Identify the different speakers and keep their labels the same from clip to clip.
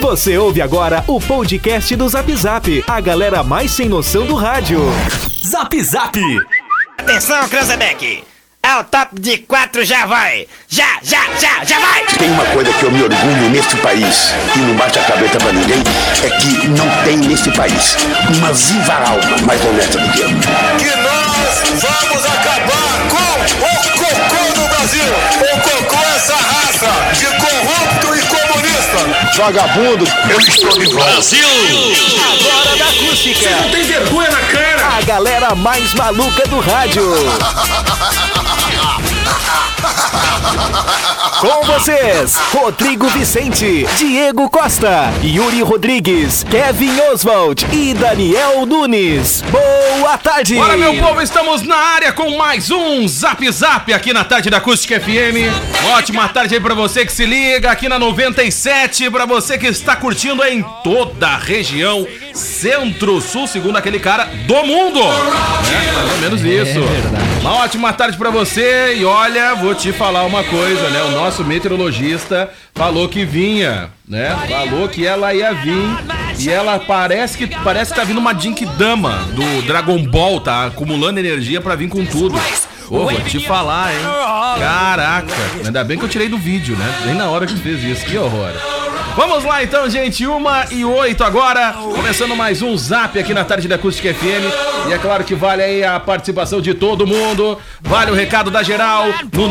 Speaker 1: Você ouve agora o podcast do Zap Zap, a galera mais sem noção do rádio.
Speaker 2: Zap Zap!
Speaker 3: Atenção, Cranzebeck! É o top de quatro, já vai! Já, já, já, já vai!
Speaker 4: Tem uma coisa que eu me orgulho neste país e não bate a cabeça pra ninguém, é que não tem neste país uma viva alma mais honesta do que eu.
Speaker 5: que nós vamos acabar com o cocô do Brasil. O cocô é essa raça de corrupto e comunista.
Speaker 4: Vagabundo, eu estou de volta.
Speaker 1: Agora da acústica.
Speaker 5: Não tem vergonha na cara.
Speaker 1: A galera mais maluca do rádio. Com vocês, Rodrigo Vicente, Diego Costa, Yuri Rodrigues, Kevin Oswald e Daniel Nunes. Boa tarde!
Speaker 6: Bora, meu povo, estamos na área com mais um Zap Zap aqui na tarde da Acústica FM. Uma ótima tarde aí pra você que se liga aqui na 97, pra você que está curtindo em toda a região centro-sul, segundo aquele cara do mundo. É, mais ou menos isso. Uma ótima tarde pra você e olha, vou te falar uma coisa, né? O nosso meteorologista falou que vinha, né? Falou que ela ia vir e ela parece que parece que tá vindo uma Jinkidama do Dragon Ball, tá acumulando energia pra vir com tudo. Ô, vou te falar, hein? Caraca, ainda bem que eu tirei do vídeo, né? Bem na hora que tu fez isso, que horror. Vamos lá então, gente, uma e oito agora, começando mais um Zap aqui na tarde da Acústica FM. E é claro que vale aí a participação de todo mundo, vale o recado da geral no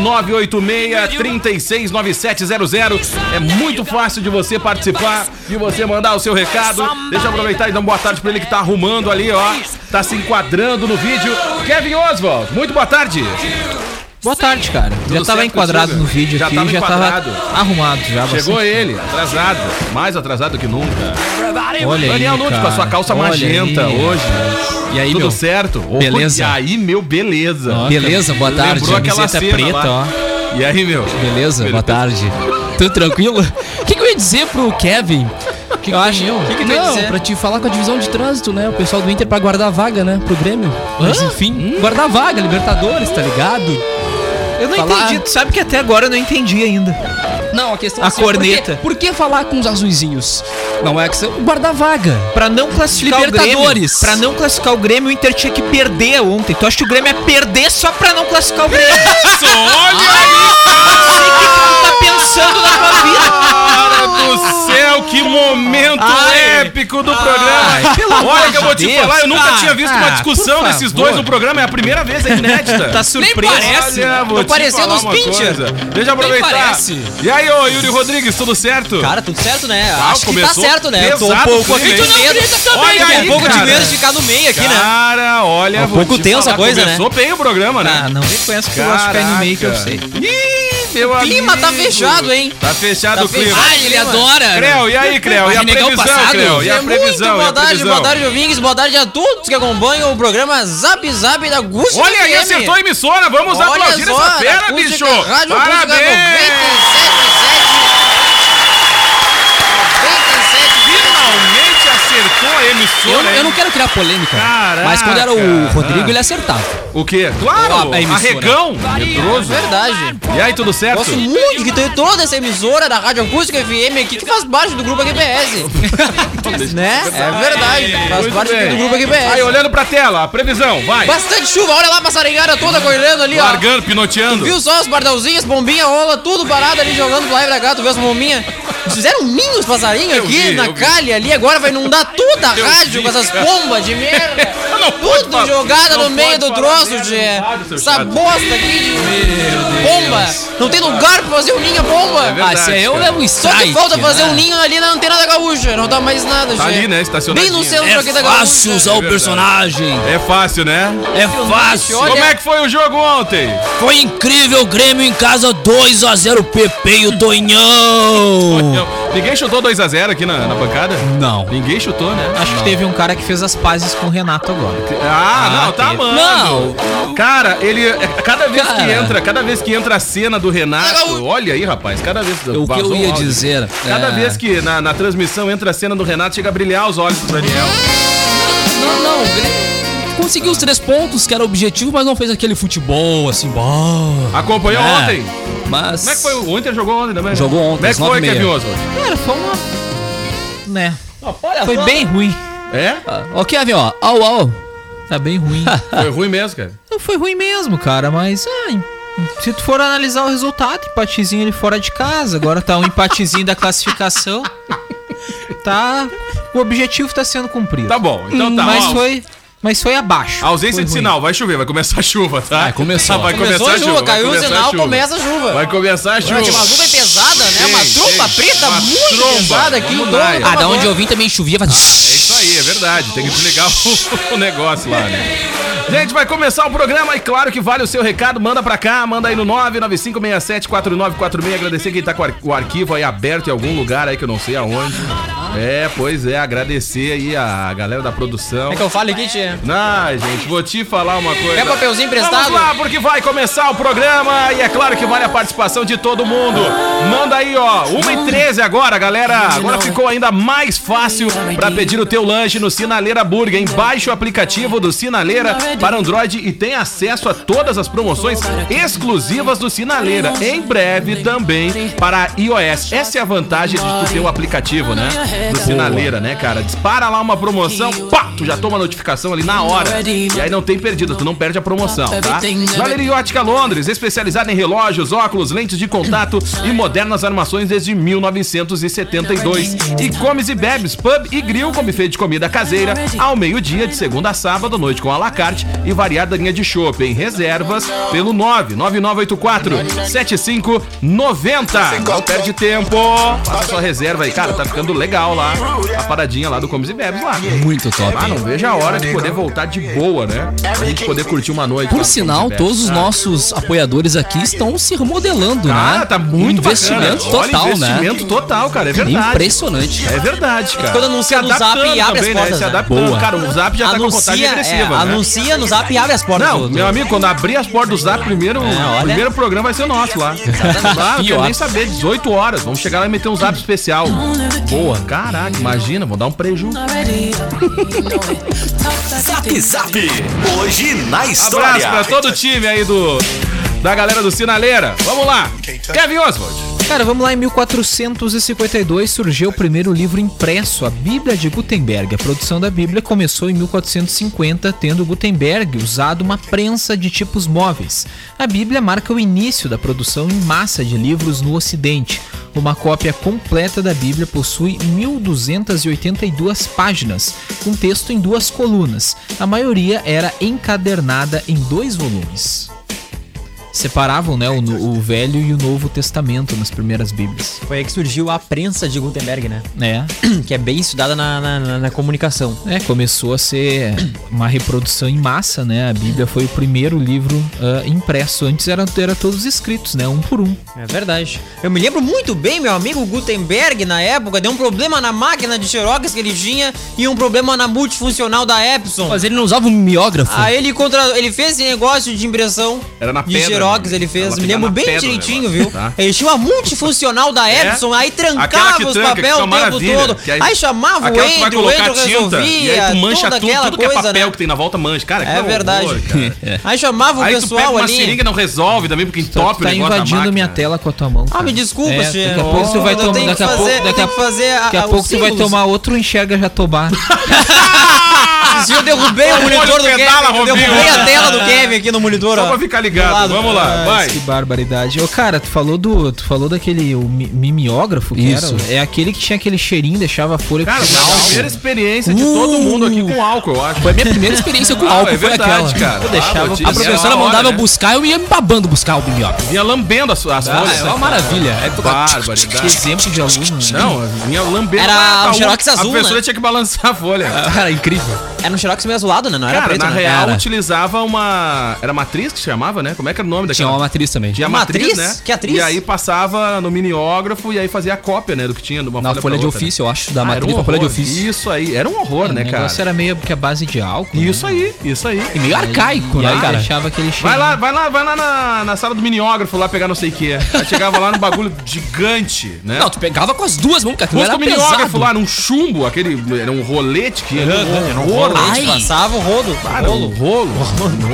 Speaker 6: 986-369700. É muito fácil de você participar, de você mandar o seu recado. Deixa eu aproveitar e dar uma boa tarde pra ele que tá arrumando ali, ó, tá se enquadrando no vídeo. Kevin Oswald, muito boa tarde.
Speaker 7: Boa tarde, cara. já tava
Speaker 6: certo,
Speaker 7: enquadrado
Speaker 6: Silvio?
Speaker 7: no vídeo
Speaker 6: Já
Speaker 7: aqui,
Speaker 6: tava
Speaker 7: já
Speaker 6: enquadrado.
Speaker 7: tava arrumado já.
Speaker 6: Chegou ele, atrasado, mais atrasado que nunca.
Speaker 7: bastante. Olha aí,
Speaker 6: Daniel Nunes
Speaker 7: cara.
Speaker 6: com a sua calça
Speaker 7: Olha
Speaker 6: magenta
Speaker 7: aí.
Speaker 6: hoje.
Speaker 7: E aí,
Speaker 6: Tudo
Speaker 7: meu?
Speaker 6: certo? Ô,
Speaker 7: Beleza.
Speaker 6: E aí, meu, beleza.
Speaker 7: Beleza, boa
Speaker 6: Lembrou
Speaker 7: tarde.
Speaker 6: aquela
Speaker 7: Camiseta
Speaker 6: cena
Speaker 7: preta,
Speaker 6: lá.
Speaker 7: ó.
Speaker 6: E aí, meu?
Speaker 7: Beleza, boa tarde. Tudo tranquilo? O que, que eu ia dizer pro Kevin? Que eu acho.
Speaker 8: que que tu ia
Speaker 7: não,
Speaker 8: dizer?
Speaker 7: pra te falar com a divisão de trânsito, né? O pessoal do Inter pra guardar a vaga, né? Pro Grêmio. Mas enfim, guardar a vaga, Libertadores, tá ligado?
Speaker 8: Eu não
Speaker 7: Falar-
Speaker 8: entendi, tu sabe que até agora né, eu não entendi ainda.
Speaker 7: Não, a questão é
Speaker 8: A
Speaker 7: assim, por que-
Speaker 8: corneta.
Speaker 7: Por que, falar com os azuizinhos? Não é que questão. Guardar a vaga.
Speaker 8: Pra não classificar o Grêmio,
Speaker 7: Libertadores.
Speaker 8: pra não classificar o Grêmio, o Inter tinha que perder ontem. Tu acha que o Grêmio ia perder só pra não classificar o Grêmio?
Speaker 7: Ah!
Speaker 6: Olha
Speaker 8: O que que tu tá pensando na tua vida?
Speaker 6: Cara do céu, que momento
Speaker 8: Ai.
Speaker 6: épico do programa!
Speaker 8: pelo
Speaker 6: Olha
Speaker 8: amor
Speaker 6: que eu vou
Speaker 8: de
Speaker 6: te
Speaker 8: Deus,
Speaker 6: falar, eu nunca
Speaker 8: cara.
Speaker 6: tinha visto uma
Speaker 8: Ah,
Speaker 6: discussão
Speaker 8: por
Speaker 6: desses
Speaker 8: favor.
Speaker 6: dois no programa, é a primeira vez, é inédita.
Speaker 8: Tá surpreso?
Speaker 6: Olha, vou
Speaker 8: Tô
Speaker 6: te
Speaker 8: parecendo
Speaker 6: falar
Speaker 8: os
Speaker 6: uma
Speaker 8: Pinter.
Speaker 6: coisa. Deixa eu aproveitar.
Speaker 8: parece.
Speaker 6: E aí, ô Yuri Rodrigues, tudo certo?
Speaker 7: Cara, tudo certo, né?
Speaker 6: Ah,
Speaker 7: Acho que tá
Speaker 6: começou
Speaker 7: certo, né? Eu tô um
Speaker 6: pesado
Speaker 7: pouco
Speaker 6: o
Speaker 7: aqui
Speaker 6: clima,
Speaker 7: de
Speaker 6: hein?
Speaker 7: medo.
Speaker 6: Olha
Speaker 7: Tô
Speaker 6: aí,
Speaker 7: um pouco
Speaker 6: cara.
Speaker 7: de medo de ficar no meio aqui, né?
Speaker 6: Cara, olha, vou
Speaker 7: pouco
Speaker 6: te
Speaker 7: tensa
Speaker 6: falar,
Speaker 7: a coisa, né?
Speaker 6: Começou bem o programa, né?
Speaker 8: Ah, não me conhece que eu gosto de ficar aí no meio que eu sei.
Speaker 6: Ih, meu
Speaker 7: O
Speaker 6: amigo.
Speaker 7: clima tá fechado, hein?
Speaker 6: Tá fechado
Speaker 7: Tá
Speaker 6: o clima.
Speaker 7: fechado. Ah, ele adora.
Speaker 6: Creu, e aí, Creu?
Speaker 7: Vai
Speaker 6: E a
Speaker 7: renegar o
Speaker 6: previsão,
Speaker 7: passado?
Speaker 6: Creu? E a
Speaker 7: É
Speaker 6: previsão?
Speaker 7: muito
Speaker 6: E a
Speaker 7: boa tarde,
Speaker 6: previsão?
Speaker 7: boa tarde, ouvintes, boa tarde a todos que acompanham o programa Zap Zap da Gusta
Speaker 6: Olha aí, acertou a emissora. Vamos
Speaker 7: Olha
Speaker 6: aplaudir
Speaker 7: só,
Speaker 6: essa fera,
Speaker 7: Acústica,
Speaker 6: bicho.
Speaker 7: Rádio Acústica
Speaker 6: Parabéns.
Speaker 7: 97,7.
Speaker 6: Finalmente acertou a
Speaker 7: Eu,
Speaker 6: emissora.
Speaker 7: eu não
Speaker 6: hein?
Speaker 7: quero criar polêmica,
Speaker 6: Caraca.
Speaker 7: mas quando era o Rodrigo, ele acertava.
Speaker 6: O quê? Claro,
Speaker 7: A- a emissora. né?
Speaker 6: arregão. Medroso.
Speaker 7: Verdade.
Speaker 6: E aí, tudo certo?
Speaker 7: Gosto muito que tem toda essa emissora da Rádio Acústica FM aqui que faz parte do grupo QPS. né? É verdade. Faz
Speaker 6: Muito
Speaker 7: parte aqui
Speaker 6: bem.
Speaker 7: do grupo
Speaker 6: Aí,
Speaker 7: QPS.
Speaker 6: olhando pra tela, a previsão, vai.
Speaker 7: Bastante chuva, olha lá a passaringada toda correndo ali, ó.
Speaker 6: Largando, pinoteando.
Speaker 7: Viu só os bardalzinhos, bombinha, rola, tudo parado ali jogando pro live da gata, viu as bombinhas? Fizeram ninhos passarinhos
Speaker 6: Eu
Speaker 7: aqui
Speaker 6: vi,
Speaker 7: na
Speaker 6: eu vi.
Speaker 7: calha ali, agora vai inundar toda a
Speaker 6: Eu
Speaker 7: rádio
Speaker 6: vi.
Speaker 7: com essas bombas de merda.
Speaker 6: Não pode
Speaker 7: Tudo
Speaker 6: falar-
Speaker 7: jogada
Speaker 6: não
Speaker 7: no meio
Speaker 6: pode
Speaker 7: do
Speaker 6: falar
Speaker 7: troço,
Speaker 6: merda
Speaker 7: de
Speaker 6: no rádio, seu
Speaker 7: Essa
Speaker 6: chato.
Speaker 7: bosta aqui de bomba. Não tem lugar pra fazer um ninho a bomba.
Speaker 6: verdade, Ah, se é eu, cara.
Speaker 7: levo um Só que falta fazer um ninho ali na antena da gaúcha, não dá mais nada,
Speaker 6: Tá
Speaker 7: Gê.
Speaker 6: ali, né,
Speaker 7: Bem
Speaker 6: estacionadinho.
Speaker 7: no
Speaker 8: É
Speaker 7: centro aqui da gaúcha.
Speaker 6: o personagem. É fácil, né?
Speaker 7: É fácil.
Speaker 6: Como é que foi o jogo ontem?
Speaker 7: Foi incrível o Grêmio em casa 2 a 0 PP e o Donhão.
Speaker 6: Eu- Ninguém chutou 2x0 aqui na, na bancada?
Speaker 7: Não.
Speaker 6: Ninguém chutou, né?
Speaker 8: Acho que teve um cara que fez as pazes com o Renato agora.
Speaker 6: Ah, não, tá amando.
Speaker 7: Não.
Speaker 6: Cara, ele. é, Cada vez que
Speaker 7: Cara.
Speaker 6: entra, cada vez que entra a cena do Renato. Olha aí, rapaz, cada vez.
Speaker 7: O que
Speaker 6: vazou
Speaker 7: eu
Speaker 6: um
Speaker 7: ia
Speaker 6: áudio.
Speaker 7: dizer?
Speaker 6: Cada
Speaker 7: é,
Speaker 6: vez que na, na transmissão entra a cena do Renato, chega a brilhar os olhos do Daniel.
Speaker 7: É. Não, não. o Grêmio Conseguiu os três pontos, que era o objetivo, mas não fez aquele futebol assim, bom.
Speaker 6: Acompanhou
Speaker 7: É.
Speaker 6: ontem?
Speaker 7: Mas.
Speaker 6: Como é que foi? O Inter jogou ontem também? né?
Speaker 7: Jogou ontem,
Speaker 6: Como é que
Speaker 7: às nove
Speaker 6: foi,
Speaker 7: e meia.
Speaker 6: Kevin Oswald?
Speaker 8: Cara, foi uma né? Foi bem ruim.
Speaker 6: É?
Speaker 8: Ó, Kevin, ó. Au, au. Tá bem ruim.
Speaker 6: Foi ruim mesmo, cara.
Speaker 8: Não foi ruim mesmo, cara, mas ah, em- se tu for analisar o resultado, empatezinho ele fora de casa. Agora tá um empatezinho da classificação. Tá. O objetivo tá sendo cumprido.
Speaker 6: Tá bom, então tá.
Speaker 8: Mas
Speaker 6: ó,
Speaker 8: foi, mas foi abaixo.
Speaker 6: a ausência
Speaker 8: Foi
Speaker 6: de
Speaker 8: ruim. É,
Speaker 6: sinal, vai chover, vai começar a chuva, tá?
Speaker 2: Ah, começou.
Speaker 6: Ah, vai
Speaker 7: Começou
Speaker 6: começar a
Speaker 7: a
Speaker 6: chuva.
Speaker 7: chuva,
Speaker 6: vai
Speaker 7: caiu o
Speaker 6: começar a
Speaker 7: sinal,
Speaker 6: chuva.
Speaker 7: começa a chuva.
Speaker 6: Vai começar a chuva.
Speaker 7: Tinha uma nuvem pesada, né? Uma
Speaker 6: Sim,
Speaker 7: tromba
Speaker 6: sim.
Speaker 7: preta
Speaker 6: Uma
Speaker 7: muito
Speaker 6: tromba.
Speaker 7: pesada aqui.
Speaker 6: Vamos
Speaker 7: em
Speaker 6: lá,
Speaker 7: dobro do
Speaker 2: Ah, da onde
Speaker 7: tamanho.
Speaker 2: eu vim também chovia.
Speaker 7: Ah.
Speaker 6: É isso aí, é verdade. Tem que desligar o, o negócio lá, né? Gente, vai começar o programa e claro que vale o seu recado. Manda pra cá, manda aí no 995674946. Agradecer quem tá com o ar- o arquivo aí aberto em algum lugar aí que eu não sei aonde. É, pois é, agradecer aí a galera da produção.
Speaker 7: É que eu falo aqui, tia?
Speaker 6: Ah, gente, vou te falar uma coisa.
Speaker 7: Quer papelzinho emprestado?
Speaker 6: Vamos lá, Ah, porque vai começar o programa e é claro que vale a participação de todo mundo. Manda aí, ó, 1 e 13 agora, galera. Agora ficou ainda mais fácil para pedir o teu lanche no Sinaleira Burger. Baixe o aplicativo do Sinaleira para Android e tem acesso a todas as promoções exclusivas do Sinaleira. Em breve também para iOS. Essa é a vantagem de tu ter o aplicativo, né? Do Sinaleira, né, cara? Dispara lá uma promoção, pá, tu já toma a notificação ali na hora. E aí não tem perdida, tu não perde a promoção, tá? Valeria Ótica Londres, especializada em relógios, óculos, lentes de contato e modernas armações desde 1972. E comes e bebes, pub e grill com buffet de comida caseira ao meio-dia de segunda a sábado, à noite com alacarte e variada linha de chopp em reservas pelo 99984 7590. Não perde tempo. Faça sua reserva aí, cara, tá ficando legal lá. A paradinha lá do Comes e Bebes lá.
Speaker 2: Muito top.
Speaker 6: Ah, não vejo a hora de poder voltar de boa, né? A gente poder curtir uma noite. lá
Speaker 2: Por
Speaker 6: no
Speaker 2: sinal,
Speaker 6: Comes e Bebes.
Speaker 2: todos os nossos apoiadores aqui estão se remodelando,
Speaker 6: Ah,
Speaker 2: né?
Speaker 6: tá muito
Speaker 2: Investimento
Speaker 6: bacana. Olha,
Speaker 2: total, né?
Speaker 6: Investimento total, cara. É verdade.
Speaker 2: Impressionante.
Speaker 6: É verdade, cara.
Speaker 7: Quando anuncia
Speaker 6: Se
Speaker 7: no Zap
Speaker 6: adaptando
Speaker 7: e abre as
Speaker 6: também, né?
Speaker 7: portas,
Speaker 6: Se
Speaker 7: né?
Speaker 6: adaptando.
Speaker 2: Boa.
Speaker 6: Cara, o Zap já tá com
Speaker 7: Anuncia,
Speaker 6: contagem
Speaker 7: é,
Speaker 6: agressiva, né?
Speaker 7: anuncia no zap e abre as portas.
Speaker 6: Não,
Speaker 7: do- do-
Speaker 6: meu amigo, quando abrir as portas do Zap, primeiro, o
Speaker 7: É, olha.
Speaker 6: primeiro programa vai ser nosso lá. Lá, não quero
Speaker 2: Pior.
Speaker 6: nem saber, 18 horas. Vamos chegar lá e meter um Zap especial. Boa, caraca, imagina, vou dar um prejuízo.
Speaker 1: Zap Zap. Hoje na
Speaker 6: Abraço pra todo o time aí do da galera do Sinaleira. Vamos lá.
Speaker 7: tá?
Speaker 6: Kevin Oswald.
Speaker 8: Cara, vamos lá, em 1452 surgiu o primeiro livro impresso, a Bíblia de Gutenberg. A produção da Bíblia começou em 1450, tendo Gutenberg usado uma prensa de tipos móveis. A Bíblia marca o início da produção em massa de livros no Ocidente. Uma cópia completa da Bíblia possui 1282 páginas, com texto em duas colunas. A maioria era encadernada em dois volumes separavam né, o, no- o Velho e o Novo Testamento nas primeiras Bíblias.
Speaker 7: Foi aí que surgiu a prensa de Gutenberg, né?
Speaker 8: É,
Speaker 7: Que é bem estudada na, na- na- na comunicação.
Speaker 8: é, começou a ser uma reprodução em massa, né? A Bíblia foi o primeiro livro ah, impresso. Antes eram era todos escritos, né? Um por um.
Speaker 7: É verdade. Eu me lembro muito bem, meu amigo Gutenberg, na época, deu um problema na máquina de xerox que ele tinha e um problema na multifuncional da Epson.
Speaker 2: Mas ele não usava um miógrafo.
Speaker 7: Aí ele contra... ele fez esse negócio de impressão
Speaker 6: Era na
Speaker 7: de
Speaker 6: pedra,
Speaker 7: xerox,
Speaker 6: né?
Speaker 7: ele fez.
Speaker 6: Ela
Speaker 7: Me
Speaker 6: fica
Speaker 7: lembro
Speaker 6: na
Speaker 7: bem
Speaker 6: pedra o
Speaker 7: direitinho,
Speaker 6: negócio,
Speaker 7: viu?
Speaker 6: tá? É?
Speaker 7: Ele tinha uma multifuncional da Epson,
Speaker 6: Aquela
Speaker 7: aí
Speaker 6: que
Speaker 7: trancava
Speaker 6: tranca,
Speaker 7: os
Speaker 6: que
Speaker 7: papéis
Speaker 6: fica
Speaker 7: o tempo
Speaker 6: maravilha,
Speaker 7: todo.
Speaker 6: que
Speaker 7: Aí, chamava
Speaker 6: aquela
Speaker 7: o
Speaker 6: que tu vai
Speaker 7: Andrew, o
Speaker 6: colocar
Speaker 7: Andrew
Speaker 6: tinta,
Speaker 7: resolvia,
Speaker 6: E aí tu mancha
Speaker 7: toda
Speaker 6: tudo,
Speaker 7: aquela
Speaker 6: tudo que é
Speaker 7: coisa,
Speaker 6: papel
Speaker 7: né?
Speaker 6: que tem na volta mancha. Cara, que
Speaker 7: É
Speaker 6: horror,
Speaker 7: verdade.
Speaker 6: cara.
Speaker 7: Aí chamava o
Speaker 6: Aí tu pega
Speaker 7: pessoal
Speaker 6: uma
Speaker 7: ali.
Speaker 6: seringa e não resolve também, porque
Speaker 8: Tá,
Speaker 6: entope
Speaker 8: tá
Speaker 6: o negócio
Speaker 8: invadindo
Speaker 6: da
Speaker 8: minha
Speaker 6: máquina.
Speaker 8: tela com a tua mão.
Speaker 7: Ah,
Speaker 8: cara.
Speaker 7: me desculpa,
Speaker 8: É,
Speaker 7: Tia.
Speaker 8: Daqui a pouco tu
Speaker 7: Eu
Speaker 8: vai tomar.
Speaker 7: tenho que
Speaker 8: Daqui a pouco,
Speaker 7: fazer- eu
Speaker 8: daqui a,
Speaker 7: tenho que fazer a-
Speaker 8: daqui a
Speaker 2: Ah,
Speaker 7: a- os
Speaker 8: pouco tu vai
Speaker 7: símbolos.
Speaker 8: tomar outro enxerga jatobá.
Speaker 7: Esses dias eu derrubei o
Speaker 6: Olha,
Speaker 7: monitor do
Speaker 6: olha o
Speaker 7: Kevin.
Speaker 6: pedala,
Speaker 7: eu derrubei
Speaker 6: Robinho.
Speaker 7: a tela do Kevin aqui no monitor,
Speaker 6: Só
Speaker 7: ó.
Speaker 6: pra ficar
Speaker 7: Do
Speaker 6: ligado,
Speaker 7: lado. Ah,
Speaker 6: vamos lá, Ah, vai.
Speaker 8: Que barbaridade. Ô, cara, tu falou do. Tu falou daquele o mi- mimeógrafo que
Speaker 2: Isso.
Speaker 8: era? É aquele que tinha aquele cheirinho, deixava a folha
Speaker 6: Cara,
Speaker 8: pro
Speaker 6: foi
Speaker 8: final.
Speaker 6: a primeira experiência de todo mundo
Speaker 7: Uh.
Speaker 6: aqui com álcool, eu acho.
Speaker 2: Foi a minha primeira experiência com
Speaker 6: Ah,
Speaker 2: álcool,
Speaker 6: é
Speaker 2: foi
Speaker 6: verdade,
Speaker 2: aquela.
Speaker 6: cara.
Speaker 2: Eu deixava.
Speaker 6: Ah, vou te
Speaker 2: a
Speaker 6: dizer,
Speaker 2: professora
Speaker 6: é uma
Speaker 2: mandava
Speaker 6: hora,
Speaker 2: eu
Speaker 6: né?
Speaker 2: buscar, eu ia me babando buscar o miógrafo.
Speaker 6: Vinha lambendo as, as
Speaker 2: Ah,
Speaker 6: folhas. né?
Speaker 2: é uma maravilha. É tu-
Speaker 8: Que
Speaker 6: Barbaridade.
Speaker 8: exemplo de aluno. né?
Speaker 6: Não, vinha lambendo.
Speaker 7: Era
Speaker 6: Ah,
Speaker 7: o
Speaker 6: tá,
Speaker 7: xerox azul,
Speaker 6: A professora
Speaker 7: né?
Speaker 6: tinha que balançar a folha.
Speaker 2: Cara, incrível.
Speaker 7: Era um xerox meio azulado, né? Não era
Speaker 6: Cara,
Speaker 7: preto,
Speaker 6: na
Speaker 7: né?
Speaker 6: real,
Speaker 2: Era.
Speaker 6: utilizava uma. Era matriz que chamava, né? Como é que era o nome daquela?
Speaker 2: Tinha uma matriz também.
Speaker 6: Tinha
Speaker 7: Matriz?
Speaker 6: matriz, né?
Speaker 7: Que atriz?
Speaker 6: E aí passava no miniógrafo e aí fazia a cópia, né? Do que tinha de uma
Speaker 2: Na
Speaker 6: pra
Speaker 2: folha de
Speaker 6: outra, né?
Speaker 2: ofício, eu acho. Da
Speaker 6: Ah, era
Speaker 2: matriz
Speaker 6: um
Speaker 2: pra folha de
Speaker 6: horror.
Speaker 2: ofício.
Speaker 6: Isso aí. Era um horror,
Speaker 8: O
Speaker 6: né, cara?
Speaker 8: negócio era meio que a base de álcool. né?
Speaker 6: Isso aí, isso aí.
Speaker 2: E meio arcaico,
Speaker 8: E aí
Speaker 2: né, cara?
Speaker 8: deixava aquele cheiro.
Speaker 6: Vai lá, vai lá, vai lá na, na sala do miniógrafo lá pegar não sei o que. Aí chegava lá no bagulho gigante, né?
Speaker 2: Não, tu pegava com as duas mãos, cara. aquilo
Speaker 6: Busca
Speaker 2: Era
Speaker 6: o miniógrafo
Speaker 2: pesado.
Speaker 6: lá num "Ah, um chumbo, aquele. Era um rolete que era um
Speaker 7: Rolo,
Speaker 6: horror.
Speaker 7: a gente
Speaker 2: Ai.
Speaker 7: passava o rodo.
Speaker 6: Cara, um rolo.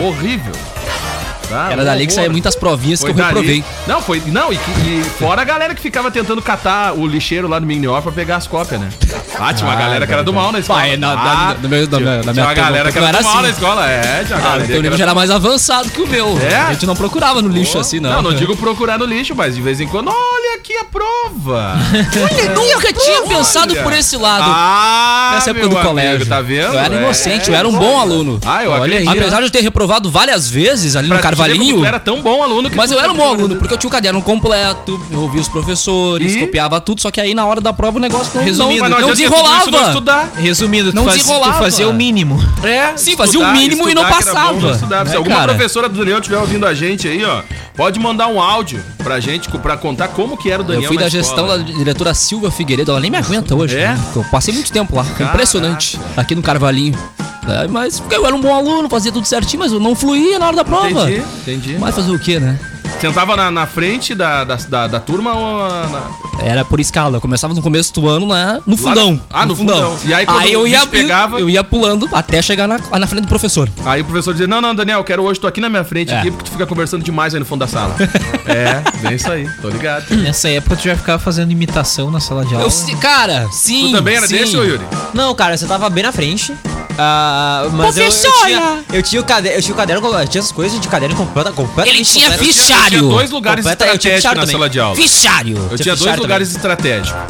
Speaker 6: horrível. Tá?
Speaker 2: Era
Speaker 6: Um
Speaker 2: dali que
Speaker 6: horror.
Speaker 2: saía muitas provinhas
Speaker 6: Foi
Speaker 2: que eu
Speaker 6: dali.
Speaker 2: reprovei.
Speaker 6: Não, foi. Não, e, que- e fora a galera que ficava tentando catar o lixeiro lá no Minior pra pegar as cópias, né? Ah, tinha uma
Speaker 2: Ah,
Speaker 6: galera que era do mal na escola.
Speaker 2: Pá, é, na-
Speaker 6: Ah,
Speaker 2: da- do meu- da
Speaker 6: tinha-
Speaker 2: minha- da
Speaker 6: Tinha uma
Speaker 2: minha
Speaker 6: galera
Speaker 2: turma,
Speaker 6: que era do
Speaker 2: era
Speaker 6: mal
Speaker 2: assim.
Speaker 6: na escola, é. Tinha uma
Speaker 2: Ah,
Speaker 6: galera
Speaker 2: o teu
Speaker 6: que
Speaker 2: livro já
Speaker 6: era-
Speaker 2: era mais avançado que o meu.
Speaker 6: É?
Speaker 2: A gente não procurava no lixo assim, não.
Speaker 6: Não, não digo procurar no lixo, mas de vez em quando, olha aqui a prova.
Speaker 2: Olha, nunca tinha pensado por esse lado.
Speaker 6: Ah,
Speaker 2: Nessa época do
Speaker 6: meu amigo,
Speaker 2: colégio.
Speaker 6: Tá vendo?
Speaker 2: Eu era
Speaker 6: É,
Speaker 2: inocente, eu era um bom aluno.
Speaker 6: Ah, eu
Speaker 2: Olha aí.
Speaker 6: acredito.
Speaker 2: Apesar de eu ter reprovado várias vezes ali
Speaker 6: Pra
Speaker 2: no
Speaker 6: te ver como
Speaker 2: Um Carvalhinho.
Speaker 6: Tu era tão bom aluno que
Speaker 2: Mas
Speaker 6: tu-
Speaker 2: eu era um bom aluno, porque eu tinha o caderno completo, eu ouvia os professores,
Speaker 6: E?
Speaker 2: copiava tudo, só que aí na hora da prova o negócio não,
Speaker 8: Resumindo,
Speaker 6: Mas
Speaker 2: não, não
Speaker 6: adianta tudo isso não
Speaker 2: desenrolava.
Speaker 6: estudar.
Speaker 8: Resumindo, tu,
Speaker 2: Não
Speaker 8: faz, tu
Speaker 2: desenrolava.
Speaker 8: fazia o mínimo.
Speaker 6: É,
Speaker 2: Sim, fazia o mínimo e não
Speaker 6: estudar, que era bom,
Speaker 2: passava.
Speaker 6: estudava. Se
Speaker 2: Né,
Speaker 6: alguma
Speaker 2: cara?
Speaker 6: professora do Daniel estiver ouvindo a gente aí, ó, pode mandar um áudio pra gente co- pra contar como que era o
Speaker 2: Eu
Speaker 6: Daniel.
Speaker 2: fui
Speaker 6: na
Speaker 2: da
Speaker 6: escola.
Speaker 2: gestão da diretora Silva Figueiredo, ela nem me aguenta hoje.
Speaker 6: É?
Speaker 2: né? Eu passei muito tempo lá, impressionante, aqui no Carvalhinho. É, mas eu era um bom aluno, fazia tudo certinho, mas eu não fluía na hora da prova.
Speaker 6: Entendi, entendi.
Speaker 2: Mas fazer o quê, né?
Speaker 6: Sentava na, na frente da, da, da, da turma ou na-
Speaker 2: Era por escala. Eu começava no começo do ano né? no fundão.
Speaker 6: Ah, no fundão. E aí, quando o
Speaker 2: eu
Speaker 6: bicho
Speaker 2: ia,
Speaker 6: pegava-
Speaker 2: eu ia pulando até chegar na, lá na frente do professor.
Speaker 6: Aí o professor dizia, não, não, Daniel, quero hoje, tô aqui na minha frente
Speaker 2: É.
Speaker 6: aqui, porque tu fica conversando demais aí no fundo da sala. é, bem isso aí, tô ligado.
Speaker 8: Nessa época tu já ficava fazendo imitação na sala de aula.
Speaker 2: Eu, se- cara, sim.
Speaker 6: Tu também era
Speaker 2: sim.
Speaker 6: desse, ô Yuri?
Speaker 7: Não, cara, você tava bem na frente. Ah, mas eu, eu
Speaker 2: Professora!
Speaker 7: tinha, eu tinha o caderno, eu tinha o caderno, eu tinha as coisas de caderno completa, completamente
Speaker 2: Ele Ah, tinha
Speaker 7: completo.
Speaker 6: Eu tinha
Speaker 2: fichário.
Speaker 6: dois lugares
Speaker 7: Completa- eu tinha
Speaker 6: estratégicos
Speaker 7: fechado
Speaker 6: na
Speaker 7: também.
Speaker 6: sala de aula.
Speaker 2: Fichário.
Speaker 6: Eu
Speaker 7: Tinha
Speaker 6: tinha dois
Speaker 7: fechado
Speaker 6: lugares estratégicos.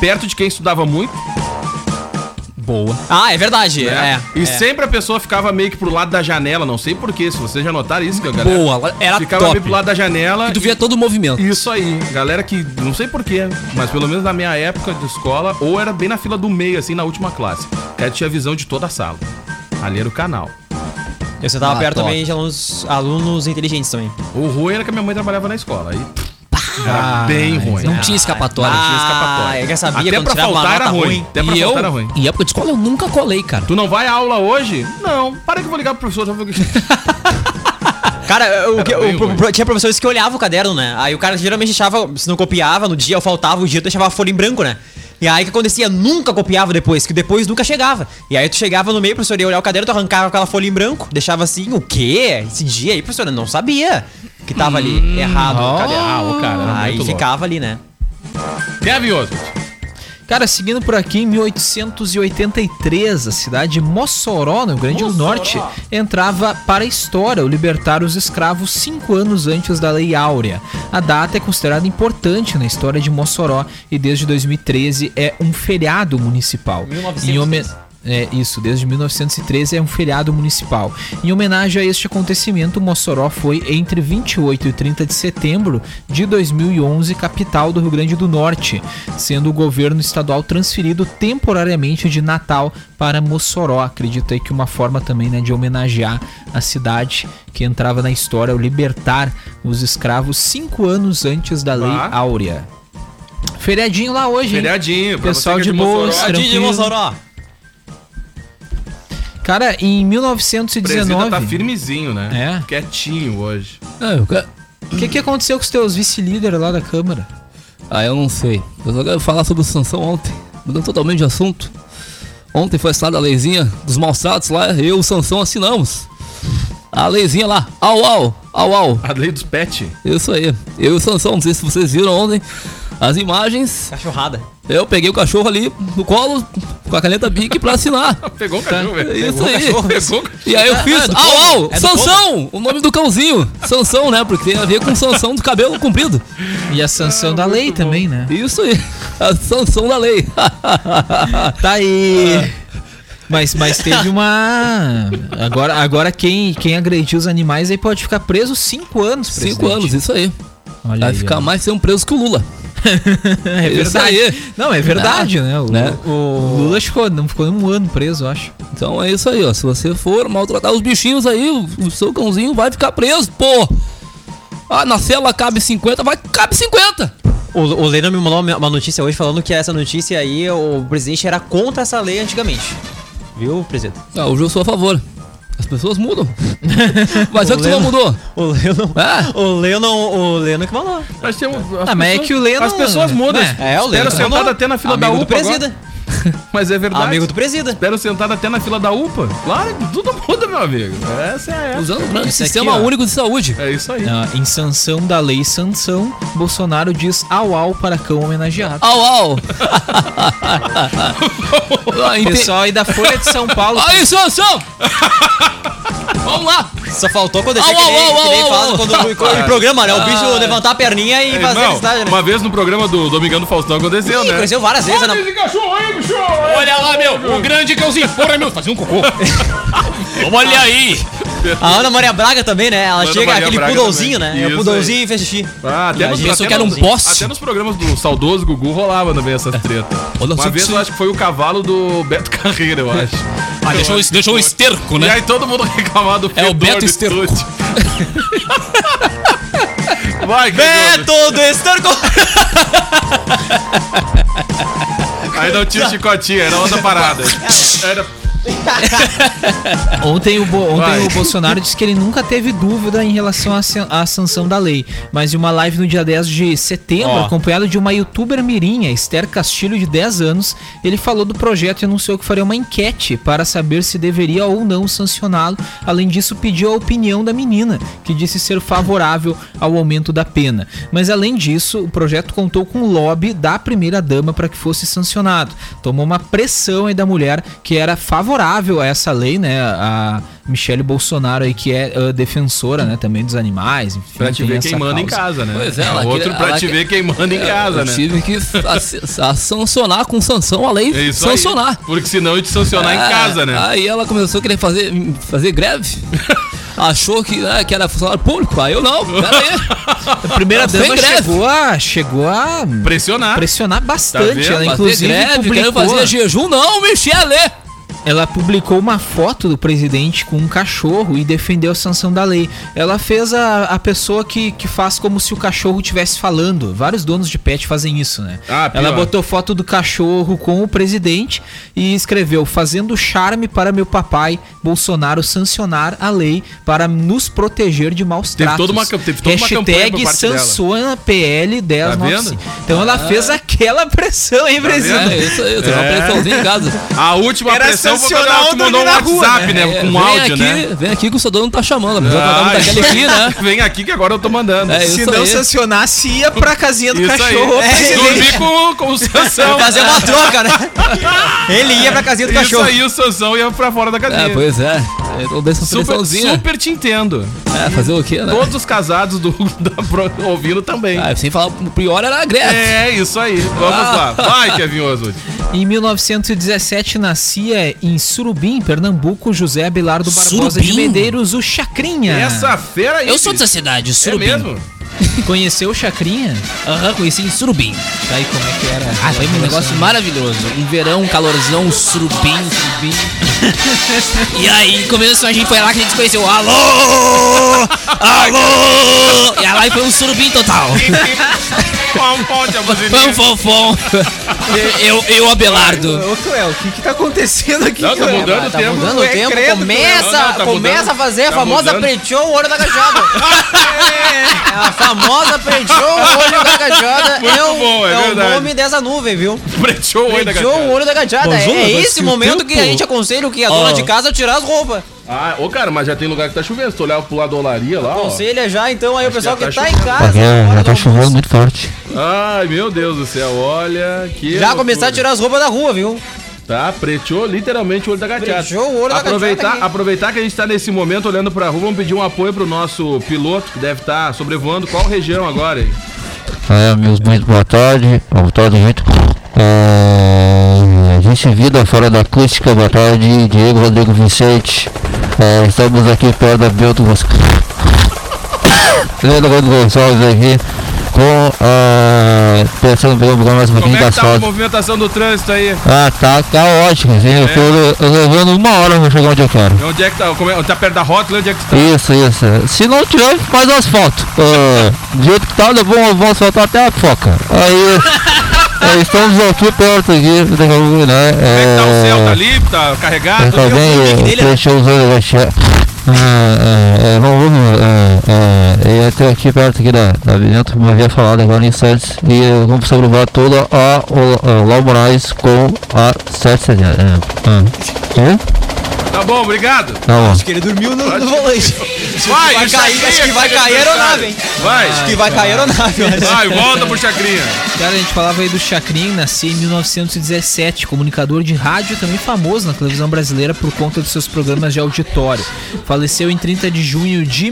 Speaker 6: Perto de quem estudava muito,
Speaker 2: Boa.
Speaker 7: Ah, é verdade.
Speaker 6: né?
Speaker 7: É.
Speaker 6: e
Speaker 7: é.
Speaker 6: sempre a pessoa ficava meio que pro lado da janela, não sei porquê, se vocês já notaram isso, que a galera
Speaker 2: Boa, era
Speaker 6: ficava
Speaker 2: top.
Speaker 6: meio pro lado da janela.
Speaker 2: E tu
Speaker 6: e-
Speaker 2: via todo o movimento.
Speaker 6: Isso aí, galera que não sei porquê, mas pelo menos na minha época de escola, ou era bem na fila do meio, assim, na última classe. Que aí tinha visão de toda a sala. Ali era o canal.
Speaker 7: Eu você tava
Speaker 2: Ah,
Speaker 7: perto
Speaker 2: top.
Speaker 7: também de alunos, alunos inteligentes também.
Speaker 6: O ruim era que a minha mãe trabalhava na escola. Aí pff, era bem ruim.
Speaker 2: Não tinha escapatória.
Speaker 6: tinha
Speaker 7: Ah,
Speaker 6: escapatória.
Speaker 7: eu já sabia
Speaker 6: Até
Speaker 7: quando
Speaker 6: pra
Speaker 7: tirava uma
Speaker 6: faltar era
Speaker 7: nota
Speaker 6: ruim.
Speaker 7: ruim.
Speaker 6: Até pra
Speaker 2: e
Speaker 6: faltar
Speaker 2: eu,
Speaker 6: era ruim.
Speaker 2: em época de escola, eu nunca colei, cara.
Speaker 6: Tu não vai à aula hoje? Não. Para que é? eu vou ligar pro professor. já vou-
Speaker 7: Cara, o, que-
Speaker 6: bem
Speaker 7: o pro-
Speaker 6: ruim.
Speaker 7: pro- tinha professores que olhavam o caderno, né? Aí o cara geralmente deixava, se não copiava no dia, ou faltava o dia, tu deixava a folha em branco, né? E aí o que acontecia? Nunca copiava depois, que depois nunca chegava. E aí tu chegava no meio, professor ia olhar o caderno, tu arrancava aquela folha em branco, deixava assim, o quê? Esse dia aí, professor, eu não sabia que tava ali errado o caderno.
Speaker 6: Ah, o Hum, cara era
Speaker 7: Aí
Speaker 6: muito louco.
Speaker 7: ficava ali, né?
Speaker 6: Kevin Oswald.
Speaker 8: Cara, seguindo por aqui, em 1883, a cidade de Mossoró, no Rio Grande do Norte, entrava para a história ao libertar os escravos cinco anos antes da Lei Áurea. A data é considerada importante na história de Mossoró e desde 2013 é um feriado municipal. Em home- É isso, desde 1913 é um feriado municipal. Em homenagem a este acontecimento, Mossoró foi entre 28 e 30 de setembro de 2011 capital do Rio Grande do Norte, sendo o governo estadual transferido temporariamente de Natal para Mossoró. Acredito aí que uma forma também né, de homenagear a cidade que entrava na história ao libertar os escravos cinco anos antes da Lei
Speaker 6: Bah.
Speaker 8: Áurea. Feriadinho lá hoje, hein?
Speaker 6: Feriadinho. pra
Speaker 8: Pessoal
Speaker 6: você que é
Speaker 8: de boa,
Speaker 6: Mossoró.
Speaker 8: estranho. Tranquilo. Cara, em
Speaker 6: O presida
Speaker 8: 1919.
Speaker 6: tá firmezinho, né?
Speaker 8: É.
Speaker 6: Quietinho hoje.
Speaker 2: Ah, eu, ca-
Speaker 8: O que, que aconteceu com os teus vice-líderes lá da Câmara?
Speaker 2: ah, eu não sei. Eu só quero falar sobre o Sansão ontem. Mudando totalmente de assunto. Ontem foi assinada a leizinha dos maus tratos lá. Eu e o Sansão assinamos. A leizinha lá. Au, au, au, au.
Speaker 6: A lei dos pet.
Speaker 2: Isso aí. Eu e o Sansão, não sei se vocês viram ontem as imagens.
Speaker 7: Cachorrada.
Speaker 2: Eu peguei o cachorro ali no colo com a caneta Bic pra assinar.
Speaker 6: Pegou o cachorro,
Speaker 2: É
Speaker 6: velho.
Speaker 2: isso aí.
Speaker 6: Pegou o cachorro.
Speaker 2: E aí eu fiz.
Speaker 7: é do povo,
Speaker 2: Au, au!
Speaker 7: é do
Speaker 2: Sansão! O nome do cãozinho. Sansão, né? Porque tem a ver com Sansão do cabelo comprido.
Speaker 8: E a sanção da lei também, né?
Speaker 2: Isso aí. A Sansão da lei.
Speaker 8: Tá aí. Mas, mas teve uma. Agora, agora quem, quem agrediu os animais aí pode ficar preso cinco anos,
Speaker 2: Cinco anos, isso aí.
Speaker 8: Olha
Speaker 2: Vai
Speaker 8: aí,
Speaker 2: ficar
Speaker 8: ó.
Speaker 2: mais sendo preso que o Lula.
Speaker 8: É
Speaker 2: Isso
Speaker 8: verdade.
Speaker 2: aí.
Speaker 8: Não, é verdade, né? O,
Speaker 2: Né?
Speaker 8: o Lula ficou, não ficou um ano preso, eu acho.
Speaker 2: Então é isso aí, ó. Se você for maltratar os bichinhos aí, o, o seu cãozinho vai ficar preso, pô. Ah, na cela cabe 50, vai, cabe 50.
Speaker 7: O, o Lena me mandou uma uma notícia hoje falando que essa notícia aí, o presidente era contra essa lei antigamente. Viu, presidente?
Speaker 2: Ah, hoje eu sou a favor. As pessoas mudam. Mas é que tu não mudou.
Speaker 7: O Leo não.
Speaker 2: É.
Speaker 7: O Leo não. O Leo não que mandou.
Speaker 6: Nós temos. as
Speaker 8: Ah, mas é que o Leno-
Speaker 6: As pessoas mudam.
Speaker 8: né?
Speaker 7: É, o Leno
Speaker 6: Era
Speaker 7: que
Speaker 6: sentado
Speaker 7: mandou.
Speaker 6: até na fila
Speaker 7: Amigo
Speaker 6: da
Speaker 7: do
Speaker 6: UPA. agora.
Speaker 7: presida.
Speaker 6: Mas é verdade.
Speaker 7: Amigo do presida.
Speaker 6: Espero sentado até na fila da UPA. Claro, tudo muda, meu amigo. Essa é a.
Speaker 2: Usando o grande
Speaker 8: Esse aqui,
Speaker 2: sistema
Speaker 8: ó.
Speaker 2: único de saúde.
Speaker 6: É isso aí.
Speaker 8: Ah, em sanção da lei sanção, Um, Bolsonaro diz au au para cão homenageado.
Speaker 2: Au, au. Ah,
Speaker 8: O
Speaker 2: ente-
Speaker 8: pessoal aí da Folha de São Paulo. tá
Speaker 2: Aí, Sansão! Vamos lá!
Speaker 7: Só faltou quando deixar
Speaker 2: Au,
Speaker 7: que nem,
Speaker 2: au,
Speaker 7: que nem
Speaker 2: au,
Speaker 7: falado
Speaker 2: au,
Speaker 7: quando
Speaker 6: Ah,
Speaker 7: o programa, né? O bicho levantar a perninha e fazer
Speaker 6: Não,
Speaker 7: estágio, né?
Speaker 6: uma vez no programa do Domingão do Faustão aconteceu,
Speaker 7: Ih,
Speaker 6: né?
Speaker 7: Aconteceu várias vezes. né?
Speaker 9: Olha lá, Ah, meu, o grande cãozinho. Porra, meu, fazia um cocô. Tá. Olha aí.
Speaker 7: A Ana Maria Braga também, né? Ela
Speaker 6: Ana
Speaker 7: chega
Speaker 6: Maria
Speaker 7: aquele
Speaker 6: Braga
Speaker 7: pudolzinho,
Speaker 6: também.
Speaker 7: né? É
Speaker 6: Isso
Speaker 7: o pudolzinho e fez xixi.
Speaker 6: Ah, até nos,
Speaker 2: Imagina se eu
Speaker 6: até,
Speaker 2: quero um
Speaker 6: nos,
Speaker 2: poste.
Speaker 6: até nos programas do saudoso Gugu rolava também essas tretas.
Speaker 2: Olha
Speaker 6: Uma
Speaker 2: só
Speaker 6: vez
Speaker 2: que
Speaker 6: eu acho que foi o cavalo do Beto Carreira, eu acho.
Speaker 9: Ah, deixou, deixou o esterco,
Speaker 6: E
Speaker 9: né?
Speaker 6: aí todo mundo reclamava do
Speaker 2: É o
Speaker 6: fedor
Speaker 2: Beto
Speaker 6: do
Speaker 2: Esterco.
Speaker 6: estúdio. Vai, Beto!
Speaker 7: Todo esterco!
Speaker 6: Aí não tinha chicotinha, era outra parada. Era...
Speaker 8: Ontem, o, Bo-
Speaker 6: Vai.
Speaker 8: ontem o Bolsonaro disse que ele nunca teve dúvida em relação à san- à sanção da lei. Mas em uma live no dia 10 de setembro,
Speaker 7: Ó.
Speaker 8: acompanhado de uma youtuber mirinha, Esther Castilho, de 10 anos, ele falou do projeto e anunciou que faria uma enquete para saber se deveria ou não sancioná-lo. Além disso, pediu a opinião da menina, que disse ser favorável ao aumento da pena. Mas além disso, o projeto contou com o lobby da primeira-dama para que fosse sancionado. Tomou uma pressão aí da mulher que era favorável a essa lei, né? A Michele Bolsonaro aí, que é ah, defensora, né, também dos animais. Enfim,
Speaker 6: Pra te
Speaker 8: tem
Speaker 6: ver
Speaker 8: essa
Speaker 6: quem manda em
Speaker 8: causa.
Speaker 6: casa, né?
Speaker 2: Pois é, ela
Speaker 6: o outro
Speaker 2: queria-
Speaker 6: pra
Speaker 2: ela
Speaker 6: te
Speaker 2: que-
Speaker 6: ver quem manda em casa,
Speaker 2: Eu
Speaker 6: né?
Speaker 2: tive que a, a sancionar com sanção a lei.
Speaker 6: É isso aí.
Speaker 2: sancionar.
Speaker 6: Porque senão eu te sancionar em
Speaker 2: Ah,
Speaker 6: casa, né?
Speaker 2: Aí ela começou a querer fazer, fazer greve. Achou que, né, que era funcionário público. Aí eu não, pera aí.
Speaker 8: A primeira
Speaker 2: Não, sem
Speaker 8: dama
Speaker 2: greve.
Speaker 8: chegou a, chegou a
Speaker 6: Pressionar.
Speaker 8: pressionar
Speaker 6: Tá
Speaker 8: bastante.
Speaker 6: vendo?
Speaker 8: ela
Speaker 2: Fazer
Speaker 8: inclusive
Speaker 2: greve, quero
Speaker 8: publicou,
Speaker 2: fazer jejum, não, Michele!
Speaker 8: ela publicou uma foto do presidente com um cachorro e defendeu a sanção da lei. Ela fez a, a pessoa que, que faz como se o cachorro estivesse falando. Vários donos de pet fazem isso, né?
Speaker 6: Ah, pior.
Speaker 8: ela botou foto do cachorro com o presidente e escreveu: fazendo charme para meu papai Bolsonaro sancionar a lei para nos proteger de maus
Speaker 6: Teve
Speaker 8: tratos.
Speaker 6: toda uma cam- teve toda uma campanha por
Speaker 8: Hashtag
Speaker 6: parte dela.
Speaker 8: sanciona PL 1095.
Speaker 6: Tá
Speaker 8: então ela fez aquela pressão, hein, presidente?
Speaker 2: É, isso aí, eu tenho uma pressãozinha em casa.
Speaker 6: A última
Speaker 7: Era
Speaker 6: pressão foi quando
Speaker 7: sancionar
Speaker 6: ela te
Speaker 7: o
Speaker 6: mandou um
Speaker 7: dormir na rua,
Speaker 6: WhatsApp, né?
Speaker 2: É,
Speaker 6: Com
Speaker 2: vem
Speaker 6: áudio,
Speaker 2: aqui,
Speaker 6: né?
Speaker 2: Vem aqui que o seu dono tá chamando. Mas eu vou dar
Speaker 6: Ah,
Speaker 2: uma daquela aqui, né?
Speaker 6: Vem aqui que agora eu tô mandando.
Speaker 2: É,
Speaker 8: Se
Speaker 2: isso
Speaker 8: não
Speaker 2: aí.
Speaker 8: sancionasse, ia pra casinha do
Speaker 6: Isso
Speaker 8: cachorro.
Speaker 6: aí.
Speaker 8: É,
Speaker 6: Dormir com, com o Sansão.
Speaker 7: Fazer uma troca, né? Ele ia pra casinha do
Speaker 6: Isso
Speaker 7: cachorro.
Speaker 6: aí, o Sansão ia pra fora da
Speaker 2: É,
Speaker 6: cadeia.
Speaker 2: pois é. Eu dei essa
Speaker 6: super,
Speaker 2: pressãozinha.
Speaker 6: super te entendo.
Speaker 2: É, fazer o quê, né?
Speaker 6: Todos os casados do, da Pro- ouvindo também.
Speaker 2: Ah, sem falar, o pior era a greve.
Speaker 6: É, isso aí. Vamos lá. Vai, Kevin Oswald.
Speaker 8: Em 1917 nascia em Surubim, Pernambuco, José Abelardo Barbosa de
Speaker 9: Surubim?
Speaker 8: Medeiros, o Chacrinha.
Speaker 6: Essa feira aí.
Speaker 9: Eu sou dessa
Speaker 6: bicho.
Speaker 9: cidade,
Speaker 6: É
Speaker 9: Surubim.
Speaker 6: mesmo?
Speaker 8: Conheceu o Chacrinha?
Speaker 2: Aham, conheci em Surubim.
Speaker 8: Tá aí como é que era.
Speaker 2: Ah, foi um negócio maravilhoso. Um verão, um calorzão, um surubim, um surubim.
Speaker 9: E aí, começou a gente foi lá que a gente se conheceu. Alô! Alô! E lá foi um surubim total.
Speaker 6: Pão, pão um de abusininho.
Speaker 2: um
Speaker 9: Pão, fom, fom. Eu, eu, Abelardo.
Speaker 8: Ô, Cruel, o que que tá acontecendo aqui?
Speaker 6: Não, tá
Speaker 8: Cruel?
Speaker 6: mudando o
Speaker 7: Tá
Speaker 6: tempo.
Speaker 7: mudando o tempo,
Speaker 8: credo,
Speaker 7: começa,
Speaker 6: Não, não, tá
Speaker 7: começa
Speaker 6: mudando.
Speaker 7: a fazer a
Speaker 6: Tá
Speaker 7: famosa
Speaker 6: mudando.
Speaker 7: prechou o olho da gajola. É, a famosa prechou o olho da gajola
Speaker 6: Muito
Speaker 7: é o,
Speaker 6: bom, é
Speaker 7: é o
Speaker 6: verdade.
Speaker 7: nome dessa nuvem, viu?
Speaker 6: Prechou o olho da
Speaker 7: Prechou o
Speaker 6: gatinha.
Speaker 7: olho da gajola.
Speaker 8: Bonjour,
Speaker 7: É
Speaker 8: mas
Speaker 7: esse
Speaker 8: que
Speaker 7: momento
Speaker 8: tempo.
Speaker 7: que a gente aconselha que a dona
Speaker 2: Ó.
Speaker 7: de casa a tirar as roupas.
Speaker 6: Ah, ô cara, mas já tem lugar que tá chovendo. Se tu olhar pro lado da olaria lá, ó.
Speaker 7: Aconselha já, então, aí o pessoal
Speaker 6: já
Speaker 7: que
Speaker 6: tá
Speaker 7: tá em
Speaker 6: chovendo.
Speaker 7: casa. agora do almoço,
Speaker 10: muito forte.
Speaker 6: Ai, meu Deus do céu, olha que.
Speaker 7: Já
Speaker 6: loucura.
Speaker 7: começar a tirar as roupas da rua, viu?
Speaker 6: Tá, preteou literalmente o olho da gateada.
Speaker 7: Preteou o olho da
Speaker 6: aproveitar,
Speaker 7: gateada aqui.
Speaker 6: Aproveitar que a gente tá nesse momento olhando pra rua, vamos pedir um apoio pro nosso piloto que deve estar sobrevoando qual região agora, hein?
Speaker 10: É, meus muito boa tarde. Boa tarde, gente. É, gente em vida fora da acústica, boa tarde, Diego Rodrigo Vicente. É, estamos aqui perto da Bento Gonçalves. Leandro Gonçalves aqui com a pensando pelo programa um
Speaker 6: Como
Speaker 10: pouquinho
Speaker 6: é
Speaker 10: da
Speaker 6: que tá a
Speaker 10: asfalto.
Speaker 6: movimentação do trânsito aí?
Speaker 10: Ah, tá, tá ótimo, sim.
Speaker 6: É.
Speaker 10: Eu tô eu tô levando uma hora pra chegar onde eu quero.
Speaker 6: Onde é que tá? Como é, tá perto da rótula? Onde é que tu tá?
Speaker 10: Isso, isso. Se não tiver, faz asfalto. Ah, do jeito que tá, eu vou, vou asfaltar até a foca. Aí, aí é, estamos aqui perto aqui, né?
Speaker 6: Como é que tá o céu? Tá
Speaker 10: É,
Speaker 6: limpo? Tá carregado?
Speaker 10: tá
Speaker 6: Viu?
Speaker 10: bem, fechou os olhos, vai che- Ah, é, é, vamos, vamos, é, é, é, até aqui perto aqui da, da Bento, como eu havia falado agora em instantes, e eh, vamos sobrevoar toda a, o, a Lau Moraes com a 770. É, é. Hã?
Speaker 6: Tá bom, obrigado.
Speaker 10: Tá bom.
Speaker 7: Acho que ele dormiu no, no volante.
Speaker 6: Vai,
Speaker 7: vai
Speaker 6: isso
Speaker 7: cair,
Speaker 6: aí
Speaker 7: acho
Speaker 6: é
Speaker 7: que vai
Speaker 6: que é
Speaker 7: cair a aeronave, hein?
Speaker 6: Vai,
Speaker 7: Acho que vai cair a aeronave, eu acho.
Speaker 6: vai, volta pro Chacrinha.
Speaker 8: Cara, a gente falava aí do Chacrin, nascia em 1917, comunicador de rádio também famoso na televisão brasileira por conta dos seus programas de auditório. Faleceu em 30 de junho de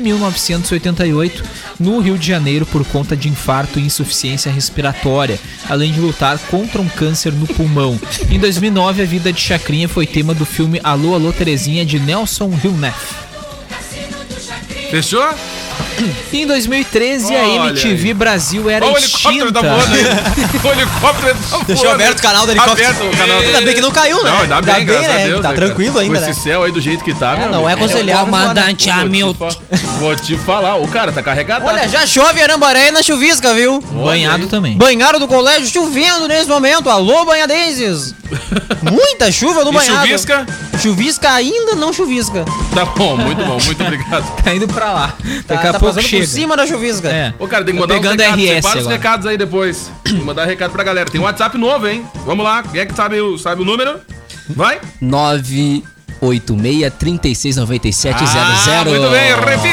Speaker 8: 1988 no Rio de Janeiro por conta de infarto e insuficiência respiratória, além de lutar contra um câncer no pulmão. Em 2009, a vida de Chacrinha foi tema do filme Alô, Alô, Terezinha, de Nelson Hilneff.
Speaker 6: Fechou?
Speaker 8: Em 2013,
Speaker 6: Olha
Speaker 8: a MTV
Speaker 6: aí.
Speaker 8: Brasil era
Speaker 6: Ó, o helicóptero
Speaker 8: extinta.
Speaker 6: da Mona. aí. O helicóptero da Mona.
Speaker 7: Deixou aberto o canal do helicóptero.
Speaker 6: Aberto o canal.
Speaker 7: Ainda bem que não caiu, né?
Speaker 6: Não, ainda bem, graças a
Speaker 7: né?
Speaker 6: Deus.
Speaker 7: Tá
Speaker 6: né, cara?
Speaker 7: tranquilo ainda,
Speaker 6: Com
Speaker 7: né?
Speaker 6: esse céu aí do jeito que tá, meu
Speaker 7: Não é
Speaker 6: amigo.
Speaker 7: aconselhável.
Speaker 2: né?
Speaker 9: Comandante
Speaker 6: Vou te
Speaker 9: Hamilton.
Speaker 6: fa- Vou te falar, o cara tá carregado.
Speaker 7: Olha, já chove em Arambaré e na chuvisca, viu?
Speaker 8: Banhado também.
Speaker 7: Banhado do colégio chovendo nesse momento. Alô, banhadenses! Muita chuva no
Speaker 6: E
Speaker 7: banhado.
Speaker 6: chuvisca?
Speaker 7: Chuvisca ainda não chuvisca.
Speaker 6: Tá bom, muito bom, muito obrigado.
Speaker 8: Tá indo pra lá.
Speaker 7: Tá,
Speaker 8: Daqui a
Speaker 7: tá
Speaker 8: pouco
Speaker 7: passando
Speaker 8: chega.
Speaker 7: por cima da chuvisca.
Speaker 8: É.
Speaker 6: Ô, cara, tem que
Speaker 8: Tô
Speaker 6: mandar uns
Speaker 8: pegando
Speaker 6: recados,
Speaker 8: RS
Speaker 6: separa os
Speaker 8: agora.
Speaker 6: recados aí depois. Vou mandar recado pra galera. Tem um WhatsApp novo, hein? Vamos lá, quem é que sabe o, sabe o número? Vai.
Speaker 2: 986 3697
Speaker 6: Ah, muito bem, repite.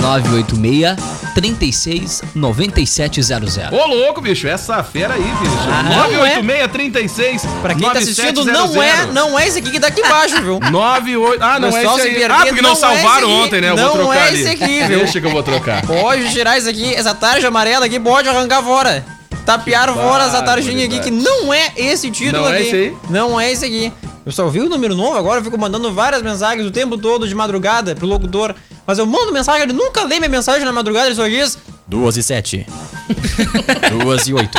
Speaker 2: 986 369700.
Speaker 6: Ô, louco, bicho, essa fera aí, bicho.
Speaker 7: Ah, não é.
Speaker 6: 986
Speaker 7: Pra quem tá assistindo, não é, não é esse aqui que tá aqui embaixo, viu?
Speaker 6: 98. Ah, não
Speaker 7: Pessoal
Speaker 6: é
Speaker 7: se
Speaker 6: esse aí.
Speaker 7: perder,
Speaker 6: Ah, porque não,
Speaker 7: não é
Speaker 6: salvaram
Speaker 7: esse aqui.
Speaker 6: ontem, né? Eu vou
Speaker 7: Não
Speaker 6: trocar
Speaker 7: é
Speaker 6: ali.
Speaker 7: esse aqui, viu?
Speaker 6: Deixa que eu vou trocar.
Speaker 7: Pode tirar isso aqui, essa tarja amarela aqui, pode arrancar fora. Tapear fora essa tarjinha aqui, que não é esse título
Speaker 6: Não é
Speaker 7: aqui.
Speaker 6: esse aí?
Speaker 7: Não é esse aqui. Eu só vi o número novo agora, eu fico mandando várias mensagens o tempo todo de madrugada pro locutor. Mas eu mando mensagem, ele nunca lê minha mensagem na madrugada, ele só diz. Duas e sete. Duas e oito.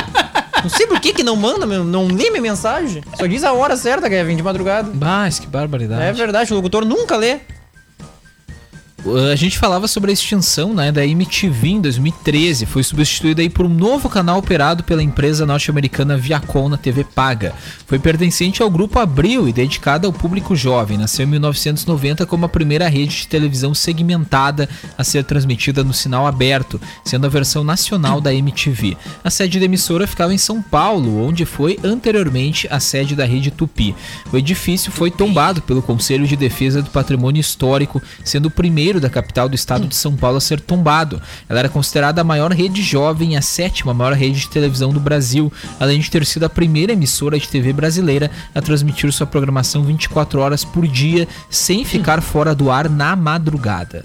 Speaker 7: Não sei por que que não manda, meu, não lê minha mensagem. Só diz a hora certa, Kevin, de madrugada.
Speaker 8: Mas que barbaridade.
Speaker 7: É verdade, o locutor nunca lê.
Speaker 8: Eh, A gente falava sobre a extinção né, da MTV em 2013. Foi substituída aí por um novo canal operado pela empresa norte-americana Viacom na TV Paga. Foi pertencente ao grupo Abril e dedicada ao público jovem. Nasceu em 1990 como a primeira rede de televisão segmentada a ser transmitida no sinal aberto, sendo a versão nacional da MTV. A sede da emissora ficava em São Paulo, onde foi anteriormente a sede da rede Tupi. O edifício foi tombado pelo Conselho de Defesa do Patrimônio Histórico, sendo o primeiro da capital do estado de São Paulo a ser tombado. Ela era considerada a maior rede jovem e a sétima maior rede de televisão do Brasil, além de ter sido a primeira emissora de TV brasileira a transmitir sua programação 24 horas por dia, sem ficar fora do ar na madrugada.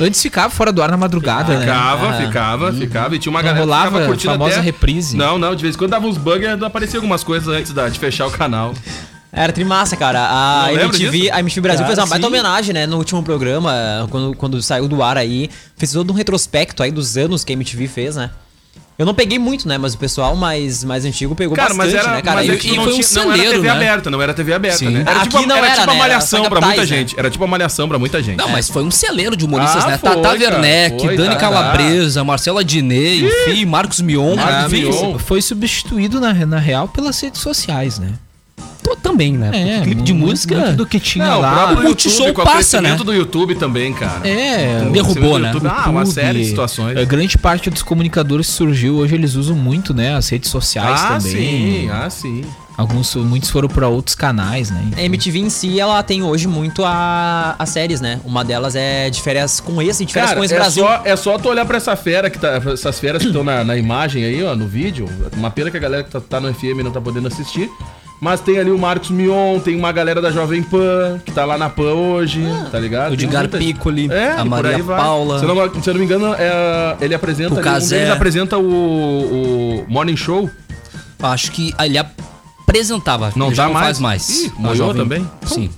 Speaker 8: Antes ficava fora do ar na madrugada, né?
Speaker 6: Ficava,
Speaker 7: Ah.
Speaker 6: ficava, ficava. E tinha uma
Speaker 8: Não
Speaker 7: Então
Speaker 6: galera que
Speaker 8: rolava
Speaker 6: ficava
Speaker 8: a
Speaker 6: curtindo
Speaker 8: famosa reprise?
Speaker 6: Não, não. De vez em quando dava uns bugs e aparecia algumas coisas antes da- de fechar o canal.
Speaker 7: Era trimassa, cara. A
Speaker 6: Não lembro
Speaker 7: MTV,
Speaker 6: disso.
Speaker 7: a MTV Brasil fez uma
Speaker 8: Cara,
Speaker 7: baita
Speaker 8: sim.
Speaker 7: homenagem, né? No último programa, quando, quando saiu do ar aí, fez todo um retrospecto aí dos anos que a MTV fez, né? Eu não peguei muito, né? Mas o pessoal mais, mais antigo pegou
Speaker 6: Cara,
Speaker 7: bastante,
Speaker 6: mas era.
Speaker 7: né, cara?
Speaker 6: mas
Speaker 7: E-
Speaker 6: é que
Speaker 7: e
Speaker 6: não,
Speaker 2: foi um
Speaker 6: tinha- não era
Speaker 2: sandeiro,
Speaker 6: TV
Speaker 2: né?
Speaker 6: aberta, não era TV aberta,
Speaker 2: Sim.
Speaker 6: né? Era
Speaker 7: Aqui
Speaker 6: tipo,
Speaker 7: não
Speaker 6: era
Speaker 7: era,
Speaker 6: tipo
Speaker 7: né?
Speaker 6: uma malhação
Speaker 7: Era só
Speaker 6: pra muita
Speaker 7: capitais, né?
Speaker 6: gente. Era tipo uma malhação pra muita gente.
Speaker 2: Não, mas foi um celeiro de humoristas,
Speaker 6: É. Ah,
Speaker 2: né? Tata
Speaker 6: foi, cara,
Speaker 2: Werneck,
Speaker 6: foi,
Speaker 2: Dani
Speaker 6: tá.
Speaker 2: Calabresa, Marcela Diné, enfim, Marcos Mion.
Speaker 6: Marcos
Speaker 2: enfim,
Speaker 6: Ah,
Speaker 7: um
Speaker 6: Mion. Bom.
Speaker 8: Foi substituído na, na real pelas redes sociais, né? É,
Speaker 2: tô- Também, né? Porque clipe
Speaker 6: É,
Speaker 2: de
Speaker 8: muito- muito
Speaker 2: música
Speaker 8: do que tinha
Speaker 6: Não, o
Speaker 8: lá.
Speaker 6: próprio
Speaker 2: o Multishow
Speaker 6: YouTube, com o
Speaker 2: passa,
Speaker 6: crescimento
Speaker 2: né?
Speaker 6: do YouTube também, cara.
Speaker 8: É,
Speaker 6: Então,
Speaker 2: derrubou,
Speaker 6: o
Speaker 2: né?
Speaker 6: YouTube- Ah, uma
Speaker 8: YouTube,
Speaker 6: série de situações.
Speaker 2: é
Speaker 8: eh, Grande parte dos comunicadores que surgiu hoje, eles usam muito, né? As redes sociais
Speaker 6: Ah,
Speaker 8: também.
Speaker 6: sim, ah, sim.
Speaker 8: Alguns, muitos foram pra outros canais, né?
Speaker 7: A MTV em si, ela tem hoje muito a, as séries, né? Uma delas é de férias com esse e de férias
Speaker 6: Cara,
Speaker 7: com esse
Speaker 6: é
Speaker 7: Brasil.
Speaker 6: só, é só tu olhar pra essa fera que tá. Essas feras que estão na, na imagem aí, ó, no vídeo. Uma pena que a galera que tá, tá no FM não tá podendo assistir. Mas tem ali o Marcos Mion, tem uma galera da Jovem Pan, que tá lá na Pan hoje, tá ligado?
Speaker 2: Ah, o de
Speaker 6: Tem muita-
Speaker 2: Garpicoli,
Speaker 6: É,
Speaker 2: a
Speaker 6: e por aí
Speaker 2: Maria
Speaker 6: vai.
Speaker 2: Paula.
Speaker 6: Se eu não, se eu não me engano, é, ele apresenta.
Speaker 2: O
Speaker 6: ali, um
Speaker 2: Cazé.
Speaker 6: deles apresenta o, o Morning Show.
Speaker 2: Acho que ele apresentava.
Speaker 6: Não
Speaker 2: já
Speaker 6: dá mais?
Speaker 2: faz mais.
Speaker 6: Ih,
Speaker 2: A
Speaker 6: moiou
Speaker 2: Jovem-
Speaker 6: também? Então,
Speaker 2: Sim.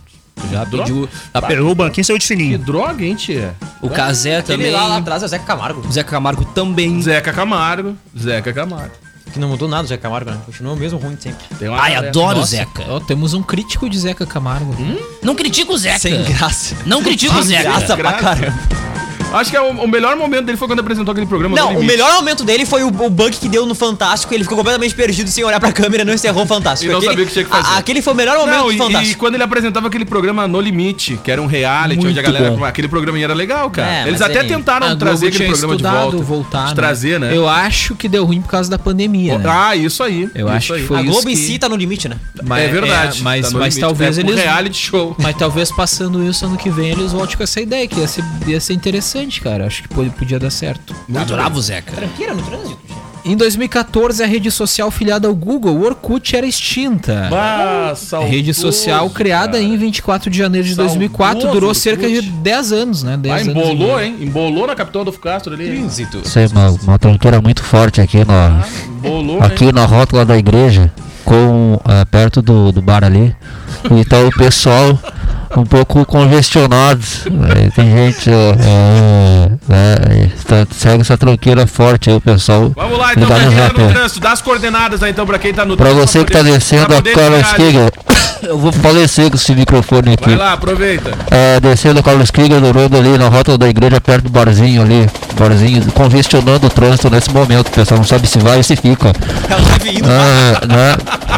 Speaker 2: Já
Speaker 6: droga.
Speaker 2: pediu. já pe-
Speaker 10: Pegou o banquinho e saiu de
Speaker 6: Que
Speaker 10: fininho.
Speaker 6: droga, hein, tia?
Speaker 2: O Casé
Speaker 7: Aquele
Speaker 2: também.
Speaker 7: lá, lá atrás é o Zeca Camargo.
Speaker 2: O Zeca Camargo também.
Speaker 6: Zeca Camargo. Zeca Camargo.
Speaker 7: Que não mudou nada o Zeca Camargo, né? Continua o mesmo ruim de sempre.
Speaker 6: Tem uma
Speaker 2: Ai,
Speaker 6: galera.
Speaker 2: adoro o
Speaker 8: Nossa,
Speaker 2: Zeca.
Speaker 8: ó, temos um crítico de Zeca Camargo.
Speaker 2: Não critica o Zeca.
Speaker 7: Hum? Sem graça.
Speaker 2: Não critica o
Speaker 7: Sem
Speaker 2: Zeca.
Speaker 7: graça pra
Speaker 6: Graça.
Speaker 7: caramba.
Speaker 6: Acho que é o, o melhor momento dele foi quando apresentou aquele programa.
Speaker 7: Não,
Speaker 6: do
Speaker 7: o
Speaker 6: Limite.
Speaker 7: melhor momento dele foi o, o bug que deu no Fantástico. Ele ficou completamente perdido sem olhar pra câmera, não encerrou o Fantástico.
Speaker 6: E não
Speaker 7: aquele,
Speaker 6: sabia o que tinha que fazer.
Speaker 7: a- aquele foi o melhor momento
Speaker 6: Não,
Speaker 7: do
Speaker 6: e, e
Speaker 7: Fantástico.
Speaker 6: quando ele apresentava aquele programa No Limite, que era um reality, onde a galera. Aquele programinha era legal, cara.
Speaker 7: É,
Speaker 6: Eles
Speaker 7: mas
Speaker 6: até
Speaker 7: ele-
Speaker 6: tentaram
Speaker 8: A Globo
Speaker 6: trazer aquele
Speaker 8: tinha
Speaker 6: programa de
Speaker 8: estudado
Speaker 6: volta.
Speaker 8: voltar,
Speaker 6: de trazer, né?
Speaker 8: Eu acho que deu ruim por causa da pandemia, né?
Speaker 6: Ah, isso aí.
Speaker 8: Eu
Speaker 6: isso
Speaker 8: acho
Speaker 6: aí.
Speaker 8: que foi
Speaker 7: a
Speaker 8: isso
Speaker 7: Globo em
Speaker 8: que-
Speaker 7: si tá no limite, né?
Speaker 8: Mas-
Speaker 6: é verdade,
Speaker 8: mas
Speaker 6: tá no
Speaker 8: mas
Speaker 6: limite.
Speaker 8: talvez
Speaker 6: É um
Speaker 8: eles.
Speaker 6: reality show.
Speaker 8: Mas talvez passando isso ano que vem eles volte com essa ideia, que ia ser, ia ser interessante, cara. Acho que pô- podia dar certo.
Speaker 9: Adorava o Zeca.
Speaker 7: Tranqueira no trânsito.
Speaker 8: Em 2014, a rede social filiada ao Google, Orkut, era extinta.
Speaker 6: Ah, saudoso,
Speaker 8: Rede social
Speaker 6: Ah,
Speaker 8: criada em 24 de janeiro de 2004,
Speaker 6: Saudoso
Speaker 8: durou cerca de
Speaker 6: Orkut.
Speaker 8: 10 anos, né? 10
Speaker 6: Ah,
Speaker 8: anos e
Speaker 6: embolou,
Speaker 8: meio.
Speaker 6: hein? Embolou na capital do Castro ali.
Speaker 10: Isso aí, é uma, uma tradutora muito forte aqui na,
Speaker 6: Embolou,
Speaker 8: Ah,
Speaker 6: hein?
Speaker 10: aqui na rótula da igreja, com, ah, perto do, do bar ali. E tá o pessoal um pouco congestionado. Aí tem gente, ó, é, né, tá- segue essa tranqueira forte aí, o pessoal.
Speaker 6: Vamos lá, então,
Speaker 10: Dá
Speaker 6: pra
Speaker 10: no
Speaker 6: quem tá
Speaker 10: zap,
Speaker 6: no
Speaker 10: ó.
Speaker 6: trânsito, dá as coordenadas aí, então, pra quem tá no
Speaker 10: Pra
Speaker 6: trânsito.
Speaker 10: você que tá
Speaker 6: poder-
Speaker 10: descendo
Speaker 6: pra
Speaker 10: a
Speaker 6: poder
Speaker 10: Carlos
Speaker 6: ficar ali.
Speaker 10: Krieger, eu vou falecer com esse microfone aqui.
Speaker 6: Vai lá, aproveita.
Speaker 10: é, descendo a Carlos Krieger do Rodo ali na rota da igreja, perto do barzinho ali. Barzinho, congestionando o trânsito nesse momento. O pessoal não sabe se vai ou se fica.
Speaker 7: Ela
Speaker 6: um
Speaker 7: teve indo.
Speaker 10: É, né?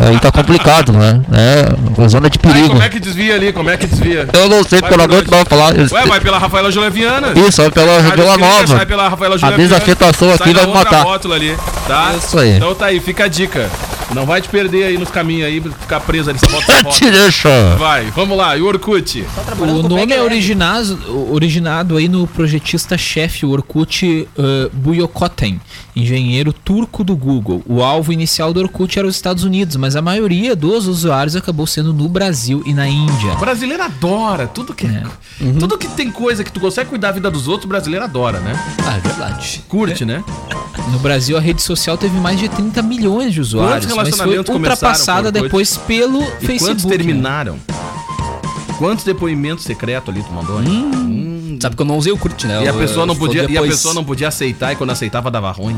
Speaker 10: Aí tá complicado, né? É, zona de
Speaker 6: Aí,
Speaker 10: perigo. Então,
Speaker 6: como é que desvia ali? Como é que desvia?
Speaker 10: Eu não sei,
Speaker 6: Vai
Speaker 10: pelo
Speaker 6: por
Speaker 10: amor de
Speaker 6: onde?
Speaker 10: Deus, falar.
Speaker 6: Ué, vai pela Rafaela Juleviana.
Speaker 10: Isso, é pela
Speaker 6: Rádio
Speaker 10: Vila
Speaker 6: Clínica,
Speaker 10: Nova.
Speaker 6: Sai pela Rafaela
Speaker 10: A
Speaker 6: Juliana.
Speaker 10: desafetação
Speaker 6: sai
Speaker 10: aqui
Speaker 6: na
Speaker 10: vai me
Speaker 6: outra
Speaker 10: matar.
Speaker 6: rótula ali, tá?
Speaker 10: Isso aí.
Speaker 6: Então tá aí, fica a dica. Não vai te perder aí nos caminhos aí, ficar preso ali, essa bota, essa bota.
Speaker 10: Te deixa.
Speaker 6: Vai, vamos lá, e o Orkut.
Speaker 8: O nome é originado, originado aí no projetista-chefe Orkut uh, Buyokoten, engenheiro turco do Google. O alvo inicial do Orkut era os Estados Unidos, mas a maioria dos usuários acabou sendo no Brasil e na Índia.
Speaker 6: O brasileiro adora tudo que
Speaker 10: É.
Speaker 6: tudo que tem coisa que tu consegue cuidar da vida dos outros, o brasileiro adora, né?
Speaker 2: Ah, é verdade.
Speaker 6: Curte, né?
Speaker 8: No Brasil, a rede social teve mais de 30 milhões de usuários,
Speaker 6: Quantos
Speaker 8: mas foi
Speaker 6: relacionamentos começaram
Speaker 8: ultrapassada
Speaker 6: com o Orkut?
Speaker 8: depois
Speaker 6: E
Speaker 8: pelo
Speaker 6: quantos
Speaker 8: Facebook. né?
Speaker 6: terminaram? Quantos depoimentos secretos ali tu mandou? hein? Hum.
Speaker 2: Sabe que eu não usei o curte, né?
Speaker 6: E a
Speaker 2: Eu-
Speaker 6: pessoa não
Speaker 2: eu- foi
Speaker 6: podia, e a
Speaker 2: depois.
Speaker 6: pessoa não podia aceitar e quando aceitava dava ruim.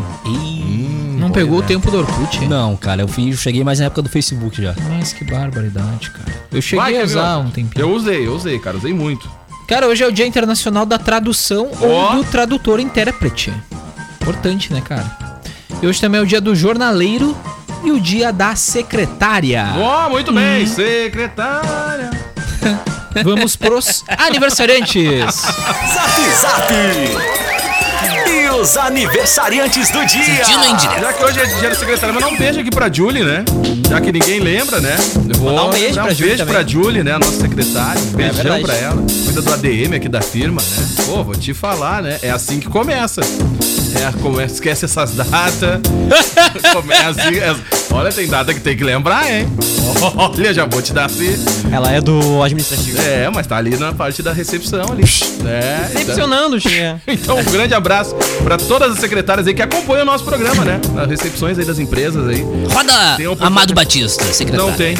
Speaker 8: Não pegou o tempo do Orkut, hein?
Speaker 2: Não, cara, eu, fui, eu cheguei mais na época do Facebook já.
Speaker 8: Mas que barbaridade, cara. Eu cheguei
Speaker 6: Vai,
Speaker 8: a
Speaker 6: quer ver,
Speaker 8: usar
Speaker 6: ó?
Speaker 8: um tempinho.
Speaker 6: Eu usei, eu usei, cara, usei muito.
Speaker 8: Cara, hoje é o Dia Internacional da Tradução
Speaker 6: Ó.
Speaker 8: ou do Tradutor Intérprete. Importante, né, cara? E hoje também é o Dia do Jornaleiro e o Dia da Secretária.
Speaker 6: Ó, muito
Speaker 8: Hum.
Speaker 6: bem, secretária.
Speaker 8: Vamos pros aniversariantes.
Speaker 1: Zap Zap! E os aniversariantes do dia!
Speaker 9: Dino em direto.
Speaker 6: Já que hoje é dia do secretário, mas dá um beijo aqui pra Julie, né? Já que ninguém lembra, né? Eu vou
Speaker 7: Mandar um beijo
Speaker 6: dar
Speaker 7: pra Julie
Speaker 6: beijo
Speaker 7: também. É
Speaker 6: pra Julie, né? A nossa secretária. Um beijão
Speaker 7: verdade.
Speaker 6: pra ela. Cuida do ADM aqui da firma, né? Pô, vou te falar, né? É assim que começa. É, come- esquece essas datas. começa assim. é- Olha, tem data que tem que lembrar, hein? Olha, já vou te dar assim.
Speaker 7: Ela é do administrativo.
Speaker 6: É, mas tá ali na parte da recepção ali. É, então-
Speaker 7: Decepcionando, tinha.
Speaker 6: então, um grande abraço pra todas as secretárias aí que acompanham o nosso programa, né? Nas recepções aí das empresas aí.
Speaker 9: Roda
Speaker 6: Tem oportunidade.
Speaker 9: Amado Batista, secretário.
Speaker 6: Não tem,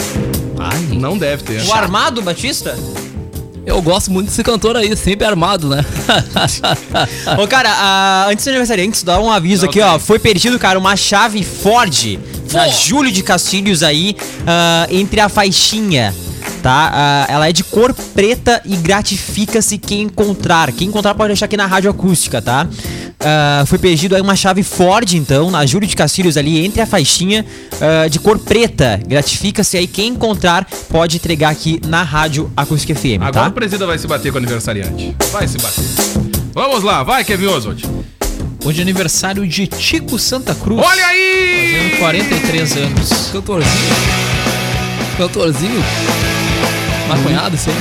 Speaker 9: Ai,
Speaker 6: não deve ter.
Speaker 7: O armado Batista?
Speaker 2: Eu gosto muito desse cantor aí, sempre armado, né?
Speaker 7: Ô, cara, a- antes do aniversário, antes, dá um aviso aqui, ó. Foi perdido, cara, uma chave Ford da Júlio de Castilhos aí ah, entre a faixinha. Tá? Ah, ela é de cor preta e gratifica-se quem encontrar. Quem encontrar pode deixar aqui na rádio acústica, tá? Ah, foi perdido aí uma chave Ford, então, na Júlio de Castilhos ali, entre a faixinha ah, de cor preta. Gratifica-se aí quem encontrar pode entregar aqui na rádio acústica FM,
Speaker 6: Agora
Speaker 7: tá?
Speaker 6: o presida vai se bater com o aniversariante. Vai se bater. Vamos lá, vai, Kevin Oswald.
Speaker 8: Hoje é aniversário de Tico Santa Cruz.
Speaker 6: Olha aí!
Speaker 8: Fazendo 43 anos.
Speaker 2: Cantorzinho. Cantorzinho. Maconhado, isso aí.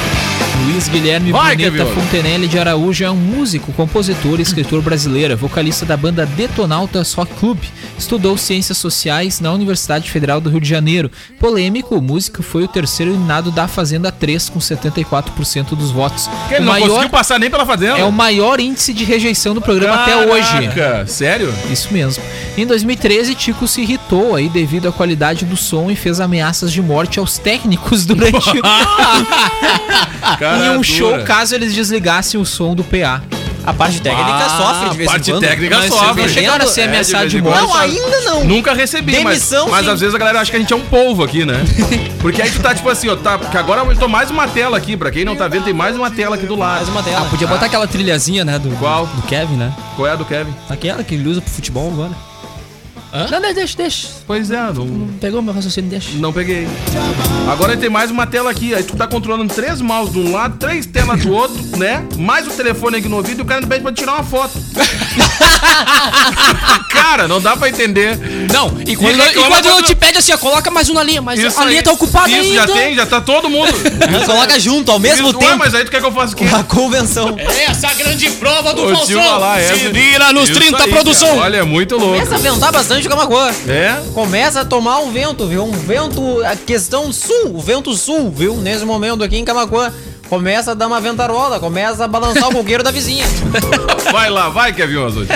Speaker 8: Luiz Guilherme
Speaker 6: Vai,
Speaker 8: Bruneta
Speaker 6: Gavioli.
Speaker 8: Fontenelle de Araújo é um músico, compositor e escritor brasileiro, vocalista da banda Detonautas Rock Club. Estudou Ciências Sociais na Universidade Federal do Rio de Janeiro. Polêmico, o músico foi o terceiro eliminado da Fazenda 3 com 74% dos votos.
Speaker 6: Que ele
Speaker 8: O
Speaker 6: não conseguiu
Speaker 8: maior
Speaker 6: passar nem pela fazenda.
Speaker 8: é o maior índice de rejeição do programa até hoje.
Speaker 6: Caraca, Sério?
Speaker 8: Isso mesmo. Em 2013, Tico se irritou aí devido à qualidade do som e fez ameaças de morte aos técnicos durante
Speaker 6: Cara
Speaker 8: em
Speaker 6: dura.
Speaker 7: Ah!
Speaker 8: um
Speaker 2: um
Speaker 8: show caso eles desligassem o som do PA.
Speaker 7: A parte técnica
Speaker 6: Ah,
Speaker 7: sofre de vez em
Speaker 6: parte
Speaker 7: quando.
Speaker 6: técnica
Speaker 7: Mas
Speaker 6: sofre.
Speaker 7: vocês Chegaram a ser
Speaker 6: É, de vez
Speaker 7: ameaçados de
Speaker 6: em
Speaker 7: morte.
Speaker 6: quando.
Speaker 7: Não, ainda não.
Speaker 6: Nunca recebi,
Speaker 7: Demissão,
Speaker 6: mas, mas
Speaker 7: sim.
Speaker 6: às vezes a galera acha que a gente é um polvo aqui, né? Porque aí tu tá tipo assim, ó, tá, porque agora aumentou mais uma tela aqui, pra quem não tá vendo, tem mais uma tela aqui do lado.
Speaker 7: Mais uma
Speaker 2: Ah,
Speaker 7: tela.
Speaker 2: podia botar aquela trilhazinha, né? Do,
Speaker 6: Qual?
Speaker 2: do Kevin, né?
Speaker 6: Qual é a do Kevin?
Speaker 2: Aquela que ele usa pro futebol agora. Não, não, deixa, deixa.
Speaker 6: Pois é, não,
Speaker 2: Pegou meu raciocínio, deixa.
Speaker 6: não peguei. Agora tem mais uma tela aqui, aí tu tá controlando três mouse de um lado, três telas do outro, né? Mais o telefone aqui no ouvido e o cara pede pra tirar uma foto. cara, não dá pra entender.
Speaker 9: Não, e quando,
Speaker 6: reclama
Speaker 9: e quando
Speaker 6: quando-
Speaker 9: eu te pede assim, ó, coloca mais um na linha, mas a linha
Speaker 6: aí-
Speaker 9: tá ocupada
Speaker 6: isso
Speaker 9: ainda.
Speaker 6: já tem, já tá todo mundo.
Speaker 7: Coloca junto ao mesmo
Speaker 6: Isso, ué,
Speaker 7: tempo.
Speaker 6: mas aí tu quer é que eu faça o quê?
Speaker 7: A convenção.
Speaker 9: Essa grande prova do
Speaker 6: Ô, tio, olha lá, é.
Speaker 9: Se vira nos
Speaker 6: Isso
Speaker 9: 30,
Speaker 6: aí,
Speaker 9: produção.
Speaker 6: cara. Olha, é muito louco.
Speaker 7: Começa a ventar bastante de Camacuã.
Speaker 6: É?
Speaker 7: Começa a tomar um vento, viu? Um vento, a questão sul, o vento sul, viu? Nesse momento aqui em Camacuã. Começa a dar uma ventarola, começa a balançar o coqueiro da vizinha.
Speaker 6: Vai lá, vai, Kevin Oswald.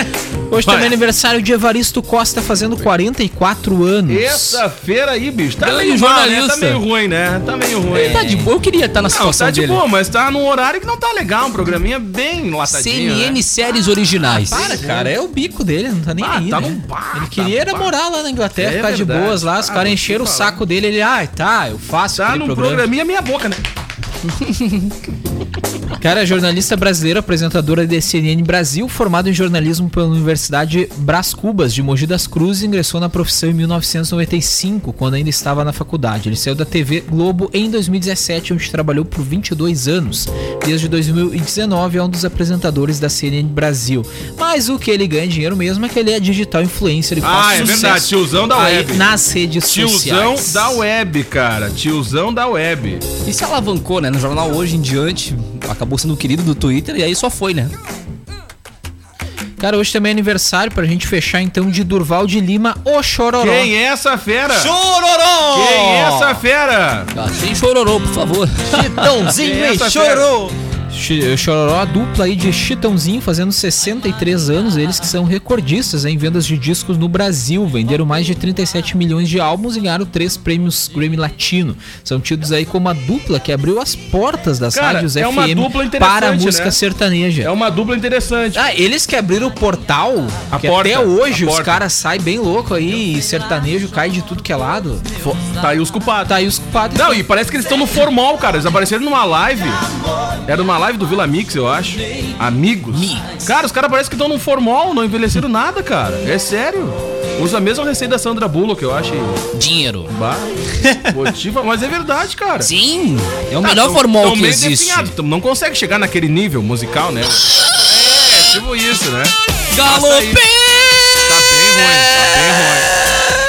Speaker 8: Hoje
Speaker 6: Vai.
Speaker 8: também é aniversário de Evaristo Costa, fazendo 44 anos.
Speaker 6: Terça-feira aí, bicho. Tá
Speaker 2: Grande
Speaker 6: meio mal, né? Tá
Speaker 2: jornalista.
Speaker 6: meio ruim, né? Tá meio ruim.
Speaker 2: Ele tá de boa, eu queria estar na
Speaker 6: Não,
Speaker 2: situação
Speaker 6: tá de
Speaker 2: dele.
Speaker 6: boa, mas tá num horário que não tá legal. Um programinha bem latadinho,
Speaker 2: CNN
Speaker 6: né?
Speaker 2: séries originais.
Speaker 8: Para, cara, é o bico dele, não tá nem
Speaker 6: Ah,
Speaker 8: aí,
Speaker 6: tá
Speaker 8: né?
Speaker 6: num bar,
Speaker 8: Ele
Speaker 6: tá
Speaker 8: queria era
Speaker 6: num bar.
Speaker 8: morar lá na Inglaterra,
Speaker 6: É
Speaker 8: ficar de
Speaker 6: verdade.
Speaker 8: boas lá, os
Speaker 6: Ah,
Speaker 8: caras
Speaker 6: vou te
Speaker 8: encheram o
Speaker 6: falar.
Speaker 8: saco dele, ele, ah, tá, eu faço
Speaker 6: Tá
Speaker 8: aquele
Speaker 6: num
Speaker 8: programa.
Speaker 6: programinha minha boca, né?
Speaker 8: Cara, jornalista brasileiro, apresentadora de CNN Brasil, formado em jornalismo pela Universidade Brás Cubas, de Mogi das Cruzes, ingressou na profissão em 1995, quando ainda estava na faculdade. Ele saiu da TV Globo em 2017, onde trabalhou por 22 anos. Desde 2019 é um dos apresentadores da CNN Brasil. Mas o que ele ganha dinheiro mesmo é que ele é digital influencer, ele
Speaker 6: Ah, é verdade, tiozão da
Speaker 8: aí
Speaker 6: web.
Speaker 8: nas redes
Speaker 6: Tiozão
Speaker 8: sociais.
Speaker 6: da web, cara. Tiozão da web.
Speaker 2: E se alavancou, né? No jornal hoje em diante, acabou sendo o querido do Twitter e aí só foi, né?
Speaker 8: Cara, hoje também é aniversário, pra gente fechar então, de Durval de Lima, o Chororó.
Speaker 6: Quem é essa fera?
Speaker 7: Chororó!
Speaker 6: Quem é essa fera?
Speaker 2: Ah, Sem chororô, por favor.
Speaker 7: Tãozinho e
Speaker 6: Essa
Speaker 7: chorou!
Speaker 8: Chi- eh, Chororó, a dupla aí de Chitãozinho, fazendo 63 anos, eles que são recordistas em vendas de discos no Brasil, venderam mais de 37 milhões de álbuns e ganharam três prêmios Grammy Latino. São tidos aí como a dupla que abriu as portas das
Speaker 6: Cara,
Speaker 8: rádios
Speaker 6: é uma dupla
Speaker 8: FM
Speaker 6: interessante,
Speaker 8: para a música
Speaker 6: né? É
Speaker 8: sertaneja.
Speaker 6: uma dupla interessante.
Speaker 8: Ah, eles que abriram o portal,
Speaker 6: A
Speaker 8: que
Speaker 6: porta,
Speaker 8: até hoje
Speaker 6: a
Speaker 8: os
Speaker 6: porta.
Speaker 8: caras saem bem louco aí, e sertanejo cai de tudo que é lado.
Speaker 6: Tá aí os culpados.
Speaker 8: Tá aí os culpados.
Speaker 6: Não, e parece que eles estão no formal, cara. Eles apareceram numa live. Era uma live do Vila Mix, eu acho. Amigos. Cara, os caras parecem que estão no formal, não envelheceram nada, cara. É sério. Usa a mesma receita da Sandra Bullock, eu acho. e-
Speaker 9: Dinheiro.
Speaker 6: Bah, motiva, mas é verdade, cara. Tá,
Speaker 9: Sim, é o melhor formal que existe.
Speaker 6: Tão- não consegue chegar naquele nível musical, né? É, tipo isso, né?
Speaker 9: Galopei!
Speaker 6: Tá bem ruim, tá bem ruim.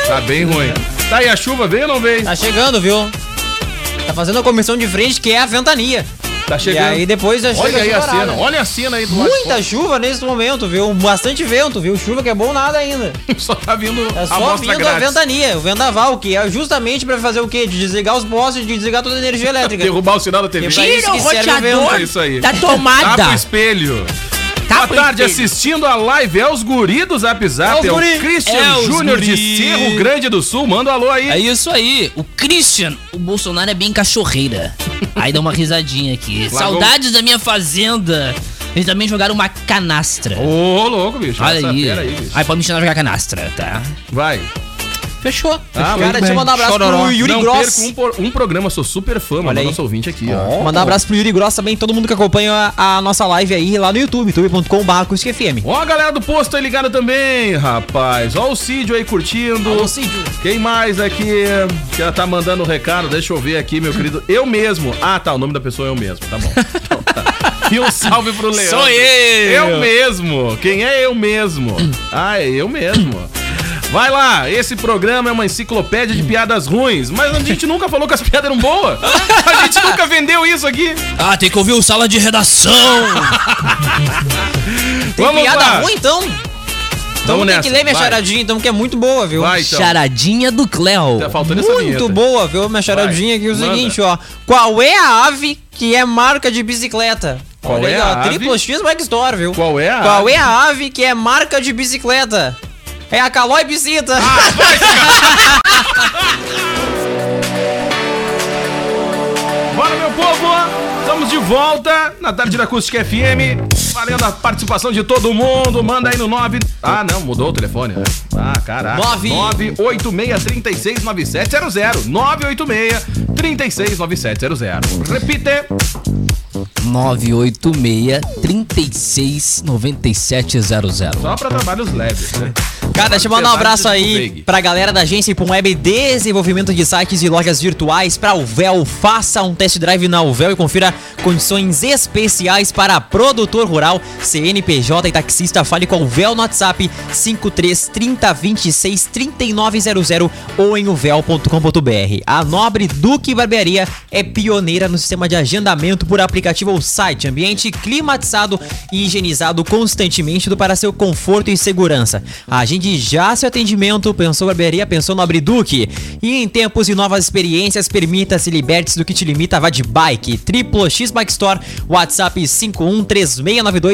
Speaker 6: Tá bem ruim. Tá, e a chuva veio ou não
Speaker 9: Ah,
Speaker 6: veio?
Speaker 7: Tá chegando, viu? Tá fazendo a comissão de frente que é a ventania.
Speaker 6: Tá
Speaker 7: E
Speaker 6: chegando.
Speaker 7: aí depois já
Speaker 6: olha
Speaker 7: chega
Speaker 6: aí a né?
Speaker 7: chuvarada.
Speaker 6: cena, olha a cena aí do lado de
Speaker 7: Muita chuva nesse momento, viu? Bastante vento, viu? Chuva que é bom nada ainda.
Speaker 6: Só tá vindo
Speaker 7: É
Speaker 6: a
Speaker 7: só
Speaker 6: mostra
Speaker 7: vindo a
Speaker 6: grátis.
Speaker 7: ventania, o vendaval, que é justamente pra fazer o quê? De desligar os postes e de desligar toda a energia elétrica.
Speaker 6: Derrubar o sinal da TV.
Speaker 7: Que pra isso
Speaker 9: Tira o
Speaker 7: que serve o vento.
Speaker 9: roteador
Speaker 6: É isso aí.
Speaker 9: da
Speaker 6: Tá
Speaker 9: tomada.
Speaker 6: pro espelho. Boa
Speaker 9: pro
Speaker 6: tarde,
Speaker 9: espelho.
Speaker 6: assistindo a live. É os guri do Zap Zap.
Speaker 7: É
Speaker 6: É,
Speaker 7: os guri.
Speaker 6: o Christian
Speaker 2: É os
Speaker 6: Júnior de
Speaker 2: guri.
Speaker 6: Cerro Grande do Sul. Manda um alô aí.
Speaker 9: É isso aí. O Christian, o Bolsonaro é bem cachorreira. Aí dá uma risadinha aqui.
Speaker 6: Largou.
Speaker 9: Saudades da minha fazenda. Eles também jogaram uma canastra.
Speaker 6: Ô, louco, bicho.
Speaker 9: Olha
Speaker 6: Essa
Speaker 9: aí.
Speaker 6: fera aí, bicho.
Speaker 9: Aí pode me ensinar a jogar canastra, tá?
Speaker 6: Vai.
Speaker 8: Fechou.
Speaker 6: Ah,
Speaker 7: Cara,
Speaker 6: muito
Speaker 7: deixa eu
Speaker 6: bem.
Speaker 7: mandar um abraço pro Yuri
Speaker 6: não
Speaker 7: Gross.
Speaker 6: perco um, por- um programa, sou super fã, mano.
Speaker 7: aí.
Speaker 6: Nosso ouvinte aqui, ó.
Speaker 7: Mandar um abraço pro Yuri Gross também, todo mundo que acompanha a, a nossa live aí lá no YouTube, youtube.com.br FM.
Speaker 6: Ó a galera do posto aí ligada também, rapaz. Ó o Cídio aí curtindo. Quem mais aqui que ela tá mandando o recado? Deixa eu ver aqui, meu querido. Eu mesmo. Ah, tá. O nome da pessoa é eu mesmo. Tá bom. Então tá. E um salve pro Leandro.
Speaker 9: Sou eu.
Speaker 6: Eu mesmo. Quem é eu mesmo? Ah, é eu mesmo. Vai lá, esse programa é uma enciclopédia de piadas ruins, mas a gente nunca falou que as piadas eram boas. A gente nunca vendeu isso aqui.
Speaker 9: Ah, tem que ouvir o sala de redação.
Speaker 7: Tem piada ruim então? Então
Speaker 6: Vamos
Speaker 7: tem
Speaker 6: nessa,
Speaker 7: que ler minha
Speaker 6: vai.
Speaker 7: charadinha então, que é muito boa, viu?
Speaker 6: Vai, então.
Speaker 9: Charadinha do Cleo.
Speaker 6: Tá faltando essa vinheta.
Speaker 7: Muito boa, viu? Minha charadinha aqui é o
Speaker 6: manda.
Speaker 7: seguinte, ó. Qual é a ave que é marca de bicicleta?
Speaker 6: Qual
Speaker 7: Olha
Speaker 6: é
Speaker 7: aí,
Speaker 6: a
Speaker 7: ó,
Speaker 6: ave?
Speaker 7: Triplo X Mike Store, viu?
Speaker 6: Qual é a
Speaker 7: Qual
Speaker 6: ave?
Speaker 7: é a ave que é marca de bicicleta? É a Calói Bicita.
Speaker 6: Ah, Bora, meu povo! Estamos de volta na tarde da Acústica FM. Valendo a participação de todo mundo. Manda aí no 9. Ah, não, mudou o telefone. né? Ah, caraca.
Speaker 7: 9.
Speaker 6: 986-369700. 986-369700. Repite.
Speaker 2: 986 36 9700.
Speaker 6: Só pra trabalhos leves, né?
Speaker 7: Cara, deixa eu mandar um abraço aí pra galera da agência e pra um web desenvolvimento de sites e lojas virtuais pra Uvel. Faça um test drive na Uvel e confira condições especiais para produtor rural, CNPJ e taxista. Fale com a Uvel no WhatsApp 53 30 26 3900 ou em uvel.com.br. A Nobre Duque Barbearia é pioneira no sistema de agendamento por aplicativo ou site, ambiente climatizado e higienizado constantemente do- para seu conforto e segurança. Agende já seu atendimento, pensou barbearia, pensou Nobre Duque. E em tempos de novas experiências, permita-se, liberte-se do que te limita, vá de bike. Triplo X Bike Store, WhatsApp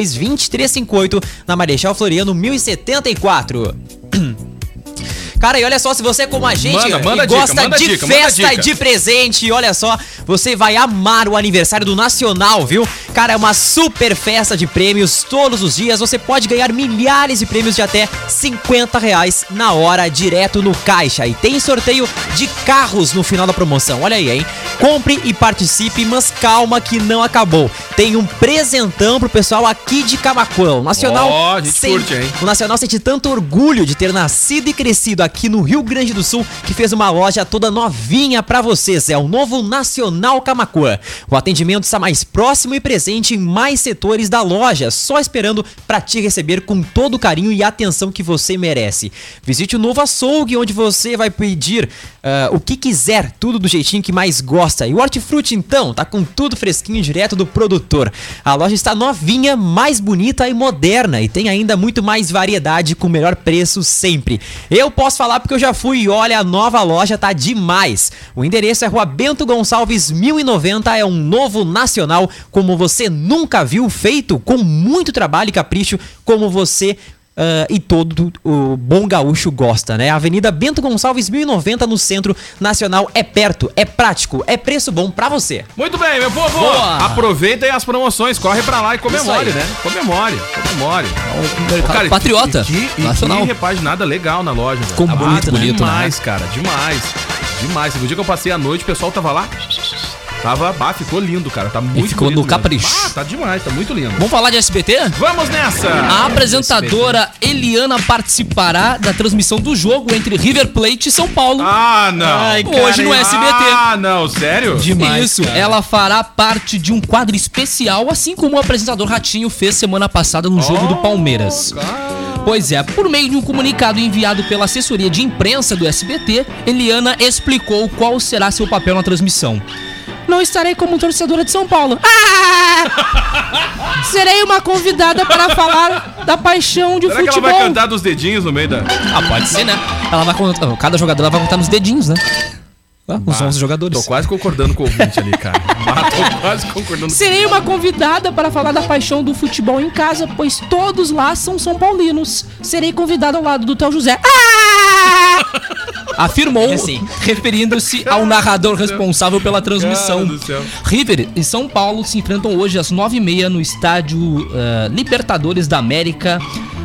Speaker 7: 5136922358, na Marechal Floriano 1074. Cara, e olha só, se você é como a gente
Speaker 6: Manda,
Speaker 7: e
Speaker 6: manda a dica,
Speaker 7: gosta
Speaker 6: manda a
Speaker 7: de
Speaker 6: dica, manda a
Speaker 7: festa e
Speaker 6: dica.
Speaker 7: de presente, e olha só, você vai amar o aniversário do Nacional, viu? Cara, é uma super festa de prêmios todos os dias. Você pode ganhar milhares de prêmios de até 50 reais na hora, direto no caixa. E tem sorteio de carros no final da promoção. Olha aí, hein? Compre e participe, mas calma que não acabou. Tem um presentão pro pessoal aqui de Camacuã. O Nacional
Speaker 6: Ó, a gente
Speaker 7: sem-
Speaker 6: curte, hein?
Speaker 7: o Nacional sente tanto orgulho de ter nascido e crescido aqui no Rio Grande do Sul que fez uma loja toda novinha pra vocês. É o novo Nacional Camacuã. O atendimento está mais próximo e presente em mais setores da loja, só esperando pra te receber com todo o carinho e atenção que você merece. Visite o novo açougue, onde você vai pedir ah, o que quiser, tudo do jeitinho que mais gosta. E o Hortifruti, então, tá com tudo fresquinho direto do produtor. A loja está novinha, mais bonita e moderna e tem ainda muito mais variedade com o melhor preço sempre. Eu posso falar porque eu já fui e olha, a nova loja tá demais. O endereço é Rua Bento Gonçalves 1090, é um novo nacional como você nunca viu, feito com muito trabalho e capricho, como você ah, e todo o bom gaúcho gosta, né? Avenida Bento Gonçalves 1090 no Centro Nacional é perto, é prático, é preço bom pra você.
Speaker 6: Muito bem, meu povo.
Speaker 7: Boa.
Speaker 6: Aproveitem as promoções, corre pra lá e comemore,
Speaker 7: Isso aí.
Speaker 6: né? Comemore, comemore. Ô,
Speaker 2: É um mercado
Speaker 6: e-
Speaker 2: patriota,
Speaker 6: E que, e
Speaker 2: nacional.
Speaker 6: que repaginada legal na loja. velho.
Speaker 2: Ficou
Speaker 6: Ah,
Speaker 2: bonito, bonito, né?
Speaker 6: Demais, cara, demais. Demais. O dia que eu passei a noite, o pessoal tava lá. Tava, bah, ficou lindo, cara. Tá muito
Speaker 2: ficou
Speaker 6: bonito
Speaker 2: no capricho.
Speaker 6: mesmo. Ah, tá demais, tá muito lindo.
Speaker 2: Vamos falar de SBT?
Speaker 6: Vamos nessa!
Speaker 2: A apresentadora Eliana participará da transmissão do jogo entre River Plate e São Paulo.
Speaker 6: Ah, não!
Speaker 2: Hoje no SBT.
Speaker 6: Ah, não, sério?
Speaker 8: Demais,
Speaker 2: Isso,
Speaker 8: cara.
Speaker 2: ela fará parte de um quadro especial, assim como o apresentador Ratinho fez semana passada no jogo do Palmeiras. Pois é, por meio de um comunicado enviado pela assessoria de imprensa do SBT, Eliana explicou qual será seu papel na transmissão. Não estarei como torcedora de São Paulo. Ah! Serei uma convidada para falar da paixão de
Speaker 6: Será que ela
Speaker 2: futebol.
Speaker 6: vai cantar dos dedinhos no meio da.
Speaker 2: Ah, pode ser, né? Ela vai contar, cada jogadora vai contar nos dedinhos, né? Ah, Os 11 jogadores.
Speaker 6: Tô quase concordando com o ouvinte ali, cara. Ah, Tô quase concordando com
Speaker 2: Serei uma convidada para falar da paixão do futebol em casa, pois todos lá são São Paulinos. Serei convidada ao lado do Theo José. Ah! Afirmou,
Speaker 6: É assim.
Speaker 2: referindo-se ao narrador responsável pela transmissão.
Speaker 6: Cara do céu.
Speaker 2: River e São Paulo se enfrentam hoje às 9h30 no estádio eh, Libertadores da América,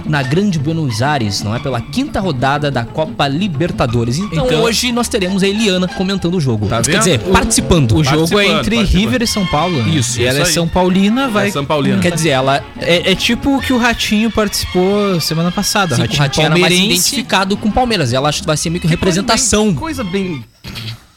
Speaker 2: na Grande Buenos Aires, não é? Pela quinta rodada da Copa Libertadores. Então,
Speaker 8: Então-
Speaker 2: hoje nós teremos a Eliana comentando o jogo.
Speaker 6: Tá
Speaker 2: Quer
Speaker 6: vendo?
Speaker 2: dizer,
Speaker 6: O-
Speaker 2: participando.
Speaker 8: O jogo é
Speaker 6: Participando,
Speaker 8: entre
Speaker 6: participando.
Speaker 8: River e São Paulo. né?
Speaker 2: Isso,
Speaker 8: E ela
Speaker 6: isso
Speaker 8: é
Speaker 6: aí.
Speaker 8: São Paulina, vai.
Speaker 6: São Paulina.
Speaker 8: Quer dizer, ela é, é tipo o que o Ratinho participou semana passada.
Speaker 2: Sim,
Speaker 8: o
Speaker 2: o
Speaker 8: Ratinho,
Speaker 2: Ratinho era mais
Speaker 8: palmeirense.
Speaker 2: identificado com o Palmeiras. E ela acha que vai ser meio que
Speaker 6: Bem-
Speaker 2: representação.
Speaker 6: Coisa bem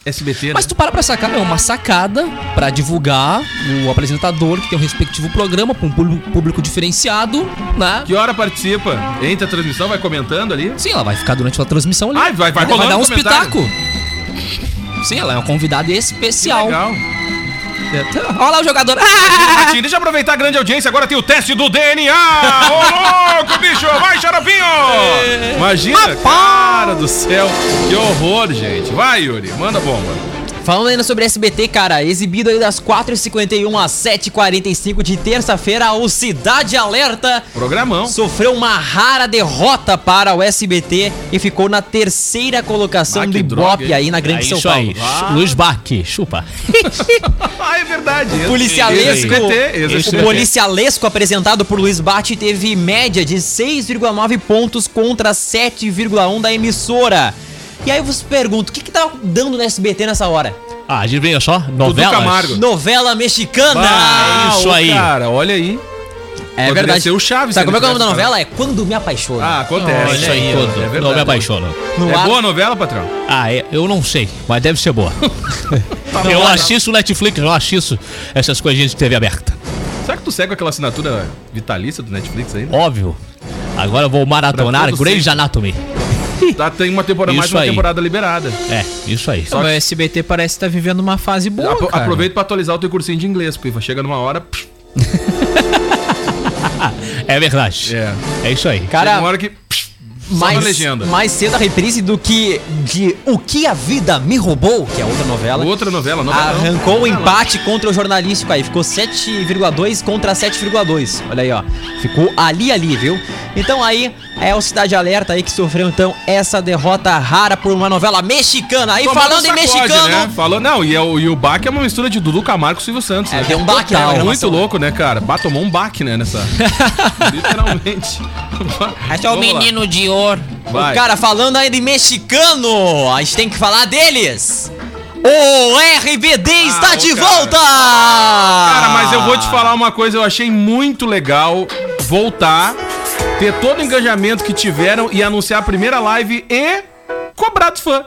Speaker 6: SBT,
Speaker 2: Mas
Speaker 6: né?
Speaker 2: tu para pra sacar, é uma sacada pra divulgar o apresentador que tem o respectivo programa pra um público público diferenciado, né?
Speaker 6: Que hora participa? Entra a transmissão, vai comentando ali.
Speaker 2: Sim, ela vai ficar durante a transmissão ali.
Speaker 6: Ah, vai- vai
Speaker 2: Ela
Speaker 6: rolando
Speaker 2: dar um
Speaker 6: comentário.
Speaker 2: espetáculo. Sim, ela é uma convidada especial.
Speaker 6: Legal.
Speaker 2: Olha lá o jogador. Ah!
Speaker 6: Ratinho, deixa eu aproveitar a grande audiência. Agora tem o teste do DNA. Ô, louco, bicho. Vai, xaropinho. Imagina, cara do céu. Que horror, gente. Vai, Yuri. Manda bomba.
Speaker 7: Falando ainda sobre SBT, cara, exibido aí das 4h51 às 7h45 de terça-feira, o Cidade Alerta
Speaker 6: Programão.
Speaker 7: sofreu uma rara derrota para o SBT e ficou na terceira colocação
Speaker 6: Ah,
Speaker 7: do
Speaker 6: que droga,
Speaker 7: Ibope
Speaker 6: hein? É
Speaker 7: aí na Grande São Paulo.
Speaker 9: Luiz Baque, chupa.
Speaker 6: Ah, é verdade. Esse-
Speaker 7: Policialesco.
Speaker 6: ex-SBT, ex-SBT.
Speaker 7: O policialesco apresentado por Luiz Bate teve média de 6,9 pontos contra 7,1 da emissora. E aí eu vos pergunto, o que que tá dando no SBT nessa hora?
Speaker 9: Ah, adivinha só, novelas.
Speaker 6: Camargo. é
Speaker 7: Novela mexicana!
Speaker 9: Ah, isso
Speaker 6: ô,
Speaker 9: aí.
Speaker 6: Cara, olha aí.
Speaker 7: é
Speaker 6: poderia
Speaker 7: verdade.
Speaker 6: ser o Chaves, se
Speaker 7: Sabe como é
Speaker 6: ele
Speaker 7: que é o nome da
Speaker 6: tivesse
Speaker 7: novela? É Quando Me Apaixono.
Speaker 6: Ah,
Speaker 9: É
Speaker 6: acontece.
Speaker 9: isso aí,
Speaker 6: ó,
Speaker 9: tudo.
Speaker 6: verdade.
Speaker 9: não me apaixono.
Speaker 7: no
Speaker 6: É
Speaker 7: ar-
Speaker 6: boa a novela, patrão?
Speaker 9: Ah, é- eu não sei, mas deve ser boa.
Speaker 2: Tá
Speaker 9: eu assisto Netflix, eu assisto essas coisinhas de TV aberta.
Speaker 6: Será que tu segue aquela assinatura vitalícia do Netflix ainda?
Speaker 9: Óbvio. Agora eu vou maratonar
Speaker 6: Pra todo
Speaker 9: Grey's
Speaker 6: sempre.
Speaker 9: Anatomy.
Speaker 6: Tá, tem uma temporada, mais
Speaker 9: Isso
Speaker 6: uma
Speaker 9: aí.
Speaker 6: temporada liberada.
Speaker 9: É, isso aí.
Speaker 8: O SBT parece
Speaker 6: tá
Speaker 8: estar vivendo uma fase boa,
Speaker 6: Apro-
Speaker 8: cara.
Speaker 6: aproveita pra atualizar o teu cursinho de inglês, porque chega numa hora. psh,
Speaker 9: É verdade.
Speaker 6: É.
Speaker 9: É isso aí.
Speaker 6: chega
Speaker 7: Cara,
Speaker 6: numa hora que. psh, só na
Speaker 7: mais,
Speaker 6: legenda.
Speaker 7: mais cedo a reprise do que de O Que a Vida Me Roubou, que é outra novela.
Speaker 6: Outra novela, novela.
Speaker 7: Arrancou o empate contra o jornalístico aí. Ficou 7,2 contra 7,2. Olha aí, ó. Ficou ali, ali, viu? Então aí é o Cidade Alerta aí que sofreu então essa derrota rara por uma novela mexicana. Aí falando em mexicano.
Speaker 6: Falando, não, e, é o, e o baque é uma mistura de Dudu Camargo e Silvio Santos.
Speaker 7: É,
Speaker 6: né?
Speaker 7: deu um baque na
Speaker 6: Total, Muito
Speaker 7: gravação.
Speaker 6: louco, né, cara? Bah, tomou um baque, né, nessa. Literalmente.
Speaker 9: Esse é o
Speaker 6: Vamos lá.
Speaker 9: menino de ouro.
Speaker 6: Vai.
Speaker 7: Cara, falando ainda em mexicano, a gente tem que falar deles. O RBD está
Speaker 6: ô,
Speaker 7: de
Speaker 6: Ah, cara.
Speaker 7: volta!
Speaker 6: Cara, mas eu vou
Speaker 7: Ah.
Speaker 6: te falar uma coisa, eu achei muito legal voltar, ter todo o engajamento que tiveram e anunciar a primeira live e cobrar do fã.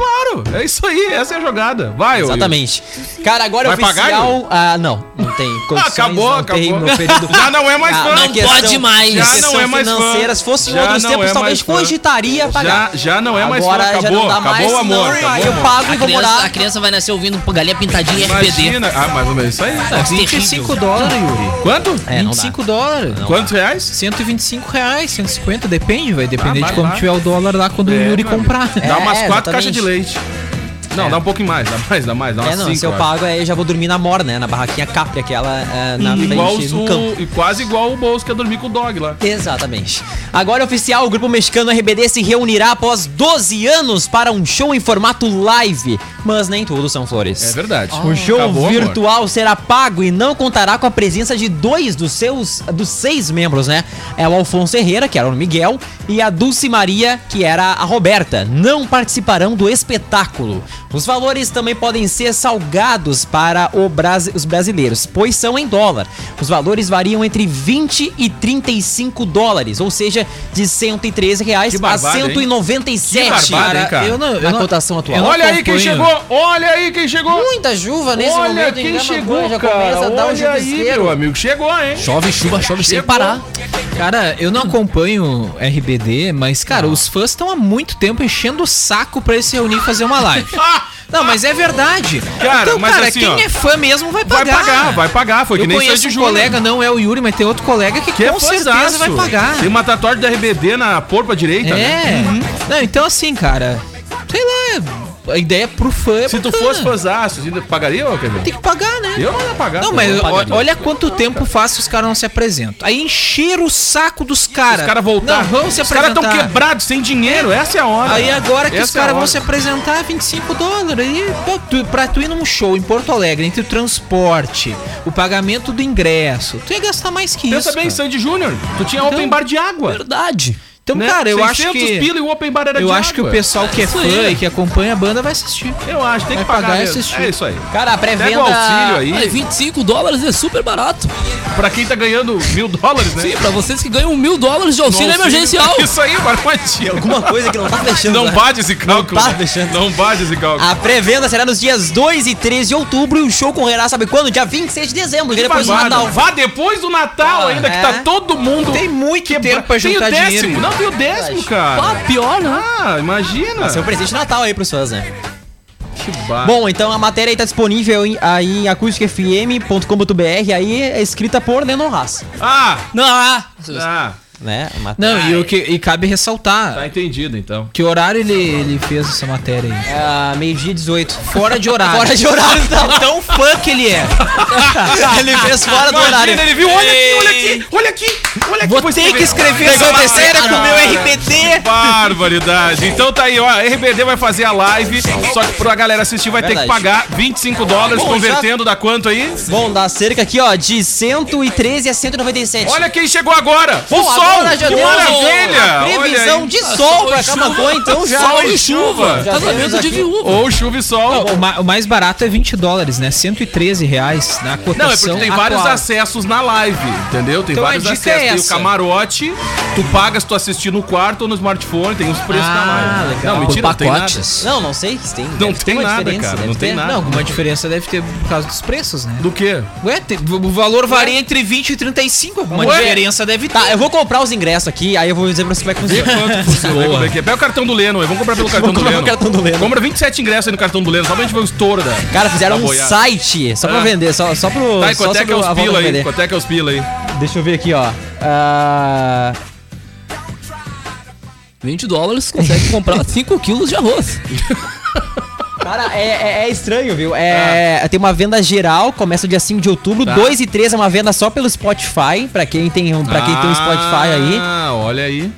Speaker 6: Claro, é isso aí, essa é a jogada. Vai, ô, Ah,
Speaker 7: Exatamente. Cara, agora
Speaker 6: Vai
Speaker 7: é
Speaker 6: pagar,
Speaker 7: oficial. Ah, não, não tem
Speaker 6: Yuri.
Speaker 7: condições.
Speaker 6: Acabou,
Speaker 7: não tem
Speaker 6: acabou.
Speaker 7: meu período-
Speaker 6: Já não é mais
Speaker 7: Ah,
Speaker 6: fã.
Speaker 7: na questão-
Speaker 9: pode mais.
Speaker 7: na
Speaker 6: Já
Speaker 7: questão
Speaker 6: não é mais fã.
Speaker 7: financeira, se fosse em
Speaker 6: Já
Speaker 7: outros
Speaker 6: não
Speaker 7: tempos,
Speaker 6: é
Speaker 7: talvez
Speaker 6: mais fã.
Speaker 7: cogitaria
Speaker 6: já,
Speaker 7: pagar.
Speaker 6: já não é mais
Speaker 7: Agora
Speaker 6: fã,
Speaker 7: já
Speaker 6: acabou,
Speaker 7: não dá
Speaker 6: acabou
Speaker 7: mais,
Speaker 6: o amor.
Speaker 7: senão
Speaker 6: acabou
Speaker 7: eu
Speaker 6: o amor.
Speaker 7: pago
Speaker 9: A
Speaker 7: e vou
Speaker 9: criança,
Speaker 7: morar.
Speaker 9: a criança vai nascer ouvindo galinha pintadinha RPD.
Speaker 6: Imagina, ah, mais ou menos isso aí.
Speaker 9: Isso é
Speaker 8: 25
Speaker 9: terrível.
Speaker 8: dólares, Yuri.
Speaker 6: Quanto?
Speaker 7: É, não dá.
Speaker 8: 25 dólares.
Speaker 6: Quantos reais?
Speaker 8: 125 reais, 150, depende, vai depender
Speaker 6: Ah, vai
Speaker 8: de como
Speaker 6: lá.
Speaker 8: tiver o dólar lá quando
Speaker 6: É,
Speaker 8: o Yuri
Speaker 6: meu amigo.
Speaker 8: comprar.
Speaker 6: Dá umas
Speaker 7: é,
Speaker 6: quatro caixas
Speaker 7: exatamente.
Speaker 6: de leite. Não, dá um pouquinho mais, dá mais, dá mais, dá umas
Speaker 7: É, não,
Speaker 6: cinco,
Speaker 7: se eu
Speaker 6: acho.
Speaker 7: pago, aí eu já vou dormir na mor, né? Na barraquinha Capri, aquela é, na
Speaker 6: Igual
Speaker 7: frente,
Speaker 6: os,
Speaker 7: no campo.
Speaker 6: o, e quase igual o Bolso que ia dormir com o dog lá.
Speaker 7: Exatamente. Agora oficial, o grupo mexicano RBD se reunirá após 12 anos para um show em formato live. Mas nem tudo são flores.
Speaker 6: É verdade.
Speaker 7: O show
Speaker 6: Acabou, amor.
Speaker 7: virtual será pago e não contará com a presença de dois dos seus dos seis membros, né? É o Alfonso Herrera, que era o Miguel, e a Dulce Maria, que era a Roberta. Não participarão do espetáculo. Os valores também podem ser salgados para o Brasi- os brasileiros, pois são em dólar. Os valores variam entre 20 e 35 dólares, ou seja, de 113 reais
Speaker 6: Que
Speaker 7: a
Speaker 6: barbada, hein?
Speaker 7: 197
Speaker 6: Que barbada, hein, cara?
Speaker 7: eu não, eu na cotação atual.
Speaker 6: Olha aí quem chegou! Olha aí quem chegou!
Speaker 7: Muita chuva nesse
Speaker 6: Olha
Speaker 7: momento,
Speaker 6: quem
Speaker 7: engana
Speaker 6: chegou,
Speaker 7: agora, já
Speaker 6: cara!
Speaker 7: começa a dar um
Speaker 6: Olha aí,
Speaker 7: chuvisqueiro.
Speaker 6: meu amigo, chegou, hein?
Speaker 9: Chove chuva, chove sem
Speaker 6: Chegou.
Speaker 9: parar.
Speaker 8: Cara, eu não acompanho RBD, mas, cara, os fãs estão há muito tempo enchendo o saco pra eles se reunir e fazer uma live. Não, mas é verdade.
Speaker 6: Ah! Cara,
Speaker 8: então,
Speaker 6: mas
Speaker 8: cara,
Speaker 6: assim,
Speaker 8: quem
Speaker 6: ó,
Speaker 8: é fã mesmo vai
Speaker 6: Vai
Speaker 8: pagar.
Speaker 6: pagar, vai pagar. Foi que
Speaker 8: eu
Speaker 6: nem
Speaker 8: conheço
Speaker 6: Sandy
Speaker 8: um
Speaker 6: Júnior.
Speaker 8: colega, não é o Yuri, mas tem outro colega que,
Speaker 6: Que é
Speaker 8: com certeza
Speaker 6: fãzaço.
Speaker 8: vai pagar.
Speaker 6: Tem uma tatuagem da RBD na porpa direita. né?
Speaker 8: É. Não, então assim, cara, sei lá, a ideia pro fã é
Speaker 6: Se tu
Speaker 8: bacana.
Speaker 6: fosse fãzaço, ainda pagaria, ô Kevin?
Speaker 8: tem que pagar, né?
Speaker 6: Eu não ia pagar.
Speaker 8: Não, mas o- olha quanto tempo faz que os caras não se apresentam. Aí encher o saco dos caras.
Speaker 6: Os caras voltaram.
Speaker 8: Não, vão se
Speaker 6: Os caras
Speaker 8: apresentar.
Speaker 6: tão quebrados, sem dinheiro. Essa é a hora.
Speaker 8: Aí agora que
Speaker 6: Essa
Speaker 8: os
Speaker 6: é a
Speaker 8: caras vão
Speaker 6: hora.
Speaker 8: se apresentar, 25 dólares. Aí, pô, tu, pra tu ir num show em Porto Alegre, entre o transporte, o pagamento do ingresso, tu ia gastar mais que
Speaker 6: Pensa
Speaker 8: isso.
Speaker 6: bem,
Speaker 8: cara.
Speaker 6: Sandy Júnior. Tu tinha open bar de água.
Speaker 9: Verdade.
Speaker 8: Então,
Speaker 6: né?
Speaker 8: cara, eu acho
Speaker 6: 600
Speaker 8: que.
Speaker 6: pila e o open bar era
Speaker 8: eu
Speaker 6: de
Speaker 8: acho que o
Speaker 6: água.
Speaker 8: pessoal que é fã e que acompanha a banda vai assistir.
Speaker 6: Eu acho, tem que
Speaker 8: Vai
Speaker 6: pagar,
Speaker 8: pagar e
Speaker 6: mesmo.
Speaker 8: assistir.
Speaker 6: É isso aí.
Speaker 7: Cara, a
Speaker 6: Pega o
Speaker 7: pré-venda.
Speaker 6: auxílio aí,
Speaker 9: Olha, 25 dólares é super barato.
Speaker 6: pra quem tá ganhando mil dólares, né?
Speaker 9: Sim, pra vocês que ganham mil dólares de
Speaker 2: né,
Speaker 9: auxílio emergencial.
Speaker 6: Isso aí, Barbante.
Speaker 7: Alguma coisa que não tá deixando.
Speaker 8: né?
Speaker 6: Não bate esse cálculo. né?
Speaker 7: tá deixando. Ah,
Speaker 6: Não bate esse cálculo.
Speaker 7: A pré-venda será nos dias 2 e 3 de outubro e o show correrá, sabe quando? Dia 26 de dezembro, que é depois do
Speaker 6: Barbada.
Speaker 7: Natal.
Speaker 6: Vá depois do Natal ainda, que
Speaker 7: é.
Speaker 6: tá todo mundo...
Speaker 8: Tem muito
Speaker 6: quebra-
Speaker 8: tempo pra
Speaker 6: Tem o
Speaker 8: juntar
Speaker 6: décimo.
Speaker 8: dinheiro.
Speaker 6: Não, tem o décimo, cara.
Speaker 9: Ah, pior, né?
Speaker 6: Ah, imagina.
Speaker 7: Seu presente de Natal aí pros fãs, né?
Speaker 6: Que
Speaker 8: Ah.
Speaker 6: bar-
Speaker 7: Bom, então a matéria aí tá disponível em, aí em acusticfm.com.br, aí é escrita por Lennon Haas.
Speaker 6: Ah,
Speaker 9: Não, ah,
Speaker 6: ah.
Speaker 7: né? Uma-
Speaker 8: Não, e, o que, e cabe ressaltar
Speaker 6: Tá entendido, então.
Speaker 8: que horário ele, ele fez essa matéria aí.
Speaker 7: Ah, meio-dia 18.
Speaker 8: Fora de horário.
Speaker 7: Fora de horário, então.
Speaker 8: Tão fã que ele é.
Speaker 7: ele fez fora do horário.
Speaker 6: Imagina, ele viu, olha aqui, olha aqui, olha aqui, olha aqui.
Speaker 8: Vou ter que escrever essa matéria com o meu RBD.
Speaker 6: Barbaridade. Então tá aí, ó. a RBD vai fazer a live. Só que pra galera assistir vai ter que
Speaker 7: Verdade.
Speaker 6: pagar 25 dólares,
Speaker 7: Bom,
Speaker 6: convertendo dá quanto aí?
Speaker 7: Bom, dá cerca aqui, ó, de 113 a 197.
Speaker 6: Olha quem chegou agora! O
Speaker 7: Bom,
Speaker 6: sol!
Speaker 7: agora já
Speaker 6: que
Speaker 7: deu
Speaker 6: maravilha!
Speaker 7: a
Speaker 6: Olha
Speaker 7: previsão
Speaker 6: aí.
Speaker 7: de sol pra Camacuã, então já. Tá
Speaker 6: Sol e chuva!
Speaker 7: Já temos
Speaker 2: Casamento de
Speaker 7: aqui.
Speaker 2: viúva.
Speaker 6: Ou chuva e sol.
Speaker 7: Tá
Speaker 8: O, ma- o mais barato é 20 dólares, né? 113 reais na cotação
Speaker 6: Não, é porque tem vários
Speaker 8: atual.
Speaker 6: acessos na live, entendeu? Tem
Speaker 8: Então a
Speaker 6: vários
Speaker 8: dica
Speaker 6: acessos.
Speaker 8: é
Speaker 6: tem o
Speaker 8: essa.
Speaker 6: camarote, tu paga se tu assistir no quarto ou no smartphone, tem uns preços na
Speaker 8: Ah,
Speaker 6: live.
Speaker 8: legal.
Speaker 6: Não,
Speaker 8: Por
Speaker 6: mentira, não tem nada.
Speaker 2: pacotes.
Speaker 7: Não, não sei se tem.
Speaker 6: Não
Speaker 7: deve ter
Speaker 6: tem
Speaker 7: uma
Speaker 6: nada,
Speaker 7: diferença,
Speaker 6: cara,
Speaker 7: deve
Speaker 6: não tem
Speaker 7: ter.
Speaker 6: nada.
Speaker 8: Não, alguma diferença deve ter por causa dos preços, né?
Speaker 6: Do quê?
Speaker 8: Ué, tem- o valor varia entre 20 e 35. Alguma
Speaker 6: Ué?
Speaker 8: diferença deve ter.
Speaker 7: Tá, eu vou comprar os ingressos aqui, aí eu vou dizer pra você como é que
Speaker 6: Vê
Speaker 7: funciona.
Speaker 6: quanto funcionou. Como é que é? Pega o cartão do Leno aí. Vamos comprar pelo cartão do
Speaker 7: comprar
Speaker 6: Leno.
Speaker 7: pelo cartão do Leno.
Speaker 6: Compra 27 ingressos aí no cartão do Leno, só pra gente ver o estouro da.
Speaker 7: Cara, fizeram
Speaker 6: da
Speaker 7: um
Speaker 6: boiada.
Speaker 7: site só pra
Speaker 6: Tá Ah.
Speaker 7: vender, só, só pro.
Speaker 6: Tá, e
Speaker 7: só
Speaker 6: quanto é que
Speaker 7: sobre
Speaker 6: é os
Speaker 7: a volta
Speaker 6: pila
Speaker 7: do
Speaker 6: aí?
Speaker 7: PD.
Speaker 6: Quanto é que é os pila aí?
Speaker 7: Deixa eu ver aqui, ó. Ah,
Speaker 2: 20 dólares consegue comprar 5 quilos de arroz.
Speaker 7: Cara, é, é- é estranho, viu?
Speaker 6: Ah.
Speaker 7: É, Tem uma venda geral, começa dia 5 de outubro.
Speaker 6: Tá.
Speaker 7: 2 e 3 é uma venda só pelo Spotify, pra quem tem, um- pra quem tem um Spotify aí.
Speaker 6: Ah, olha aí.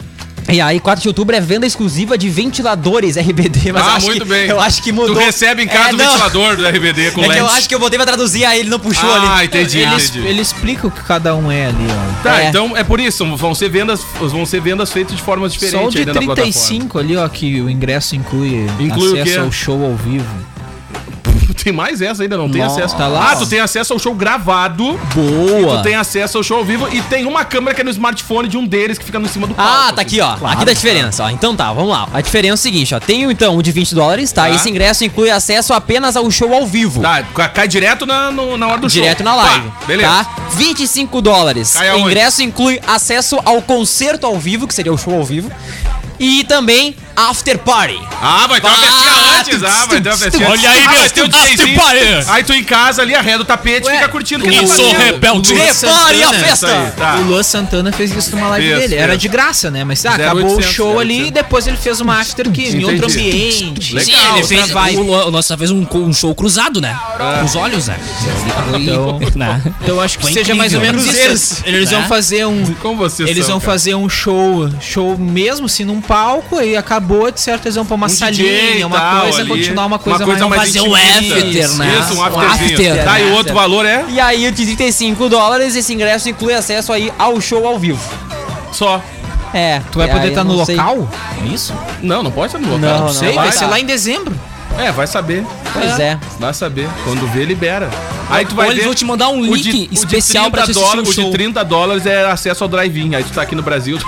Speaker 7: E aí, 4 de outubro é venda exclusiva de ventiladores RBD. Mas
Speaker 6: Ah,
Speaker 7: eu acho
Speaker 6: muito
Speaker 7: que,
Speaker 6: bem.
Speaker 7: Eu acho que mudou.
Speaker 6: Tu recebe em casa
Speaker 7: É,
Speaker 6: o
Speaker 7: não.
Speaker 6: ventilador do RBD com
Speaker 7: É que
Speaker 6: LED.
Speaker 7: eu acho que eu botei pra traduzir, aí ele não puxou
Speaker 6: Ah,
Speaker 7: ali.
Speaker 6: entendi,
Speaker 8: ele, es-
Speaker 6: entendi.
Speaker 8: ele explica o que cada um é ali, ó.
Speaker 6: Tá,
Speaker 7: É.
Speaker 6: então é por isso, vão ser vendas, vão ser vendas feitas de formas diferentes
Speaker 8: Só o de
Speaker 6: aí dentro da plataforma.
Speaker 8: 35 ali, ó, que o ingresso inclui,
Speaker 6: Inclui o quê?
Speaker 8: acesso ao show ao vivo.
Speaker 6: Tem mais essa ainda, não tem
Speaker 8: Nossa,
Speaker 6: acesso.
Speaker 8: tá lá,
Speaker 6: ah,
Speaker 8: ó.
Speaker 6: tu tem acesso ao show gravado.
Speaker 8: Boa!
Speaker 6: Tu tem acesso ao show ao vivo e tem uma câmera que é no smartphone de um deles que fica no cima do palco. assim.
Speaker 7: Ah, tá aqui, ó. aqui da diferença, ó. Então tá, vamos lá. A diferença é o seguinte, ó. Tem então o de 20 dólares, tá?
Speaker 6: Tá.
Speaker 7: Esse ingresso inclui acesso apenas ao show ao vivo.
Speaker 6: Tá, ca- cai direto na, no- na hora do show.
Speaker 7: Direto na live.
Speaker 6: Pá, beleza.
Speaker 7: Tá? 25 dólares.
Speaker 6: Cai
Speaker 7: o
Speaker 6: aonde?
Speaker 7: ingresso inclui acesso ao concerto ao vivo, que seria o show ao vivo. E também after party.
Speaker 6: Ah, vai ter uma festinha
Speaker 7: Ah,
Speaker 6: antes.
Speaker 7: tu-
Speaker 6: Ah, vai ter uma
Speaker 7: tu-
Speaker 6: festinha
Speaker 7: tu-
Speaker 6: antes.
Speaker 7: olha aí,
Speaker 6: Ah,
Speaker 7: meu,
Speaker 6: vai ter um
Speaker 7: tu- ah,
Speaker 6: DJzinho.
Speaker 7: tu pare.
Speaker 6: Aí tu em casa ali arreda o tapete e
Speaker 7: Ué,
Speaker 6: fica curtindo. Quem
Speaker 7: eu
Speaker 6: tá
Speaker 7: sou
Speaker 6: fazendo?
Speaker 8: O Luan
Speaker 7: Prepare a
Speaker 8: Santana.
Speaker 6: Isso aí,
Speaker 7: festa!
Speaker 6: tá.
Speaker 8: O Luan Santana fez isso numa live
Speaker 6: Isso,
Speaker 8: dele. Era
Speaker 6: isso.
Speaker 8: de graça, né? Mas tá,
Speaker 6: 0800,
Speaker 8: acabou o show ali
Speaker 6: 0800.
Speaker 8: e depois ele fez uma after que em
Speaker 6: Entendi.
Speaker 8: outro ambiente.
Speaker 6: Legal.
Speaker 9: Sim, ele
Speaker 6: outra
Speaker 9: fez.
Speaker 8: vibe.
Speaker 9: O, Luan- o nosso fez um, co- um show cruzado, né? Com os olhos, né?
Speaker 8: Então-
Speaker 9: Né?
Speaker 8: Então acho que
Speaker 9: Foi
Speaker 8: seja mais ou
Speaker 9: incrível.
Speaker 8: menos isso. Eles vão
Speaker 9: Né?
Speaker 8: fazer um.
Speaker 6: Como vocês
Speaker 8: Eles
Speaker 6: são,
Speaker 8: vão
Speaker 6: cara.
Speaker 8: fazer um show, show mesmo, assim, num palco, aí acabou, de certo, eles vão pra uma
Speaker 6: Um DJ e
Speaker 8: salinha, uma
Speaker 6: tal
Speaker 8: coisa,
Speaker 6: ali.
Speaker 8: continuar uma coisa,
Speaker 9: mais fazer um
Speaker 6: intimista.
Speaker 9: after, né?
Speaker 6: Isso, um
Speaker 9: Um
Speaker 6: afterzinho.
Speaker 9: after,
Speaker 6: tá, e o
Speaker 9: né?
Speaker 6: outro valor é
Speaker 7: E aí, o de 35 dólares, esse ingresso inclui acesso aí ao show ao vivo.
Speaker 6: só.
Speaker 7: É.
Speaker 8: Tu vai
Speaker 7: e
Speaker 8: poder
Speaker 7: aí,
Speaker 8: estar
Speaker 7: eu
Speaker 8: no
Speaker 7: não sei.
Speaker 8: local? Isso?
Speaker 6: Não, não pode ser no local.
Speaker 7: Não, não.
Speaker 8: Sei,
Speaker 7: vai
Speaker 8: vai ser
Speaker 7: lá.
Speaker 8: lá em dezembro.
Speaker 6: É, vai saber.
Speaker 7: Pois é.
Speaker 6: Vai saber. Quando vê, libera. Aí tu vai
Speaker 9: Ou
Speaker 6: ver.
Speaker 9: eles vão te mandar um
Speaker 6: o de-
Speaker 9: link
Speaker 6: o de
Speaker 9: especial pra
Speaker 6: 30
Speaker 9: tu
Speaker 2: um
Speaker 9: assistir
Speaker 6: dólares,
Speaker 9: o
Speaker 6: O de
Speaker 9: show.
Speaker 6: 30 dólares é acesso ao drive-in. Aí tu tá aqui no Brasil, tu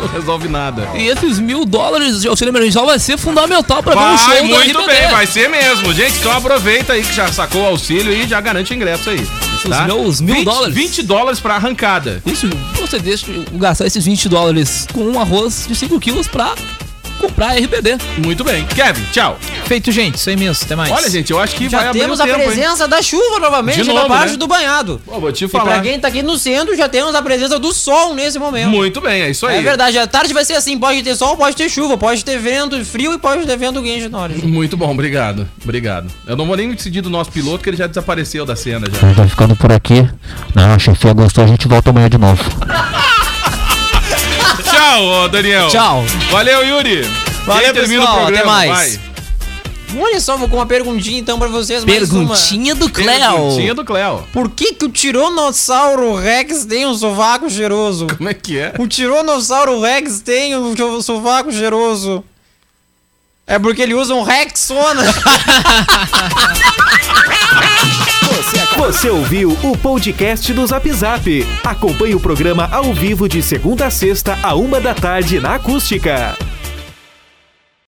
Speaker 6: não resolve nada.
Speaker 2: E esses mil dólares de auxílio emergencial vai ser fundamental pra
Speaker 9: um
Speaker 2: ver o
Speaker 6: Vai,
Speaker 2: show
Speaker 6: muito
Speaker 2: RBD.
Speaker 6: bem, vai ser mesmo. Gente, então aproveita aí que já sacou o auxílio e já garante o ingresso aí. tá?
Speaker 2: meus mil
Speaker 6: 20
Speaker 2: dólares.
Speaker 6: 20 dólares pra arrancada.
Speaker 2: Isso, você deixa eu gastar esses 20 dólares com um arroz de 5 quilos pra comprar RBD.
Speaker 6: Muito bem. Kevin, tchau.
Speaker 8: Feito, gente, isso aí mesmo, até mais.
Speaker 6: Olha, gente, eu acho que vai
Speaker 7: Já
Speaker 6: abrir
Speaker 7: temos
Speaker 6: o
Speaker 7: a
Speaker 6: tempo, hein?
Speaker 7: presença da chuva novamente
Speaker 6: De
Speaker 7: na
Speaker 6: novo,
Speaker 7: parte
Speaker 6: né?
Speaker 7: do banhado.
Speaker 6: Pô, vou te
Speaker 7: E pra
Speaker 6: falar.
Speaker 7: quem tá aqui no centro, já temos a presença do sol nesse momento.
Speaker 6: Muito bem, é isso aí.
Speaker 7: É verdade, a tarde vai ser assim, pode ter sol, pode ter chuva, pode ter vento frio e pode ter vento quente na hora.
Speaker 6: Muito bom, obrigado. Obrigado. Eu não vou nem decidir do nosso piloto, que ele já desapareceu da cena já.
Speaker 10: Então tá ficando por aqui. Não, a chefia gostou, a gente volta amanhã de novo.
Speaker 6: Tchau, ô Daniel.
Speaker 7: Tá. Tchau.
Speaker 6: Valeu, Yuri.
Speaker 7: Valeu, pessoal, até mais.
Speaker 6: Vai.
Speaker 7: Olha só, vou com uma perguntinha então pra vocês, mais uma.
Speaker 9: Perguntinha do
Speaker 6: Perguntinha
Speaker 9: Cléo.
Speaker 6: é do Cléo.
Speaker 7: Por que que o Tiranossauro Rex tem um sovaco cheiroso?
Speaker 6: Como é que é?
Speaker 7: O Tiranossauro Rex tem um cho- sovaco cheiroso. É porque ele usa um Rexona.
Speaker 1: Você ouviu o podcast do Zap Zap. Acompanhe o programa ao vivo de segunda a sexta, a uma da tarde na Acústica.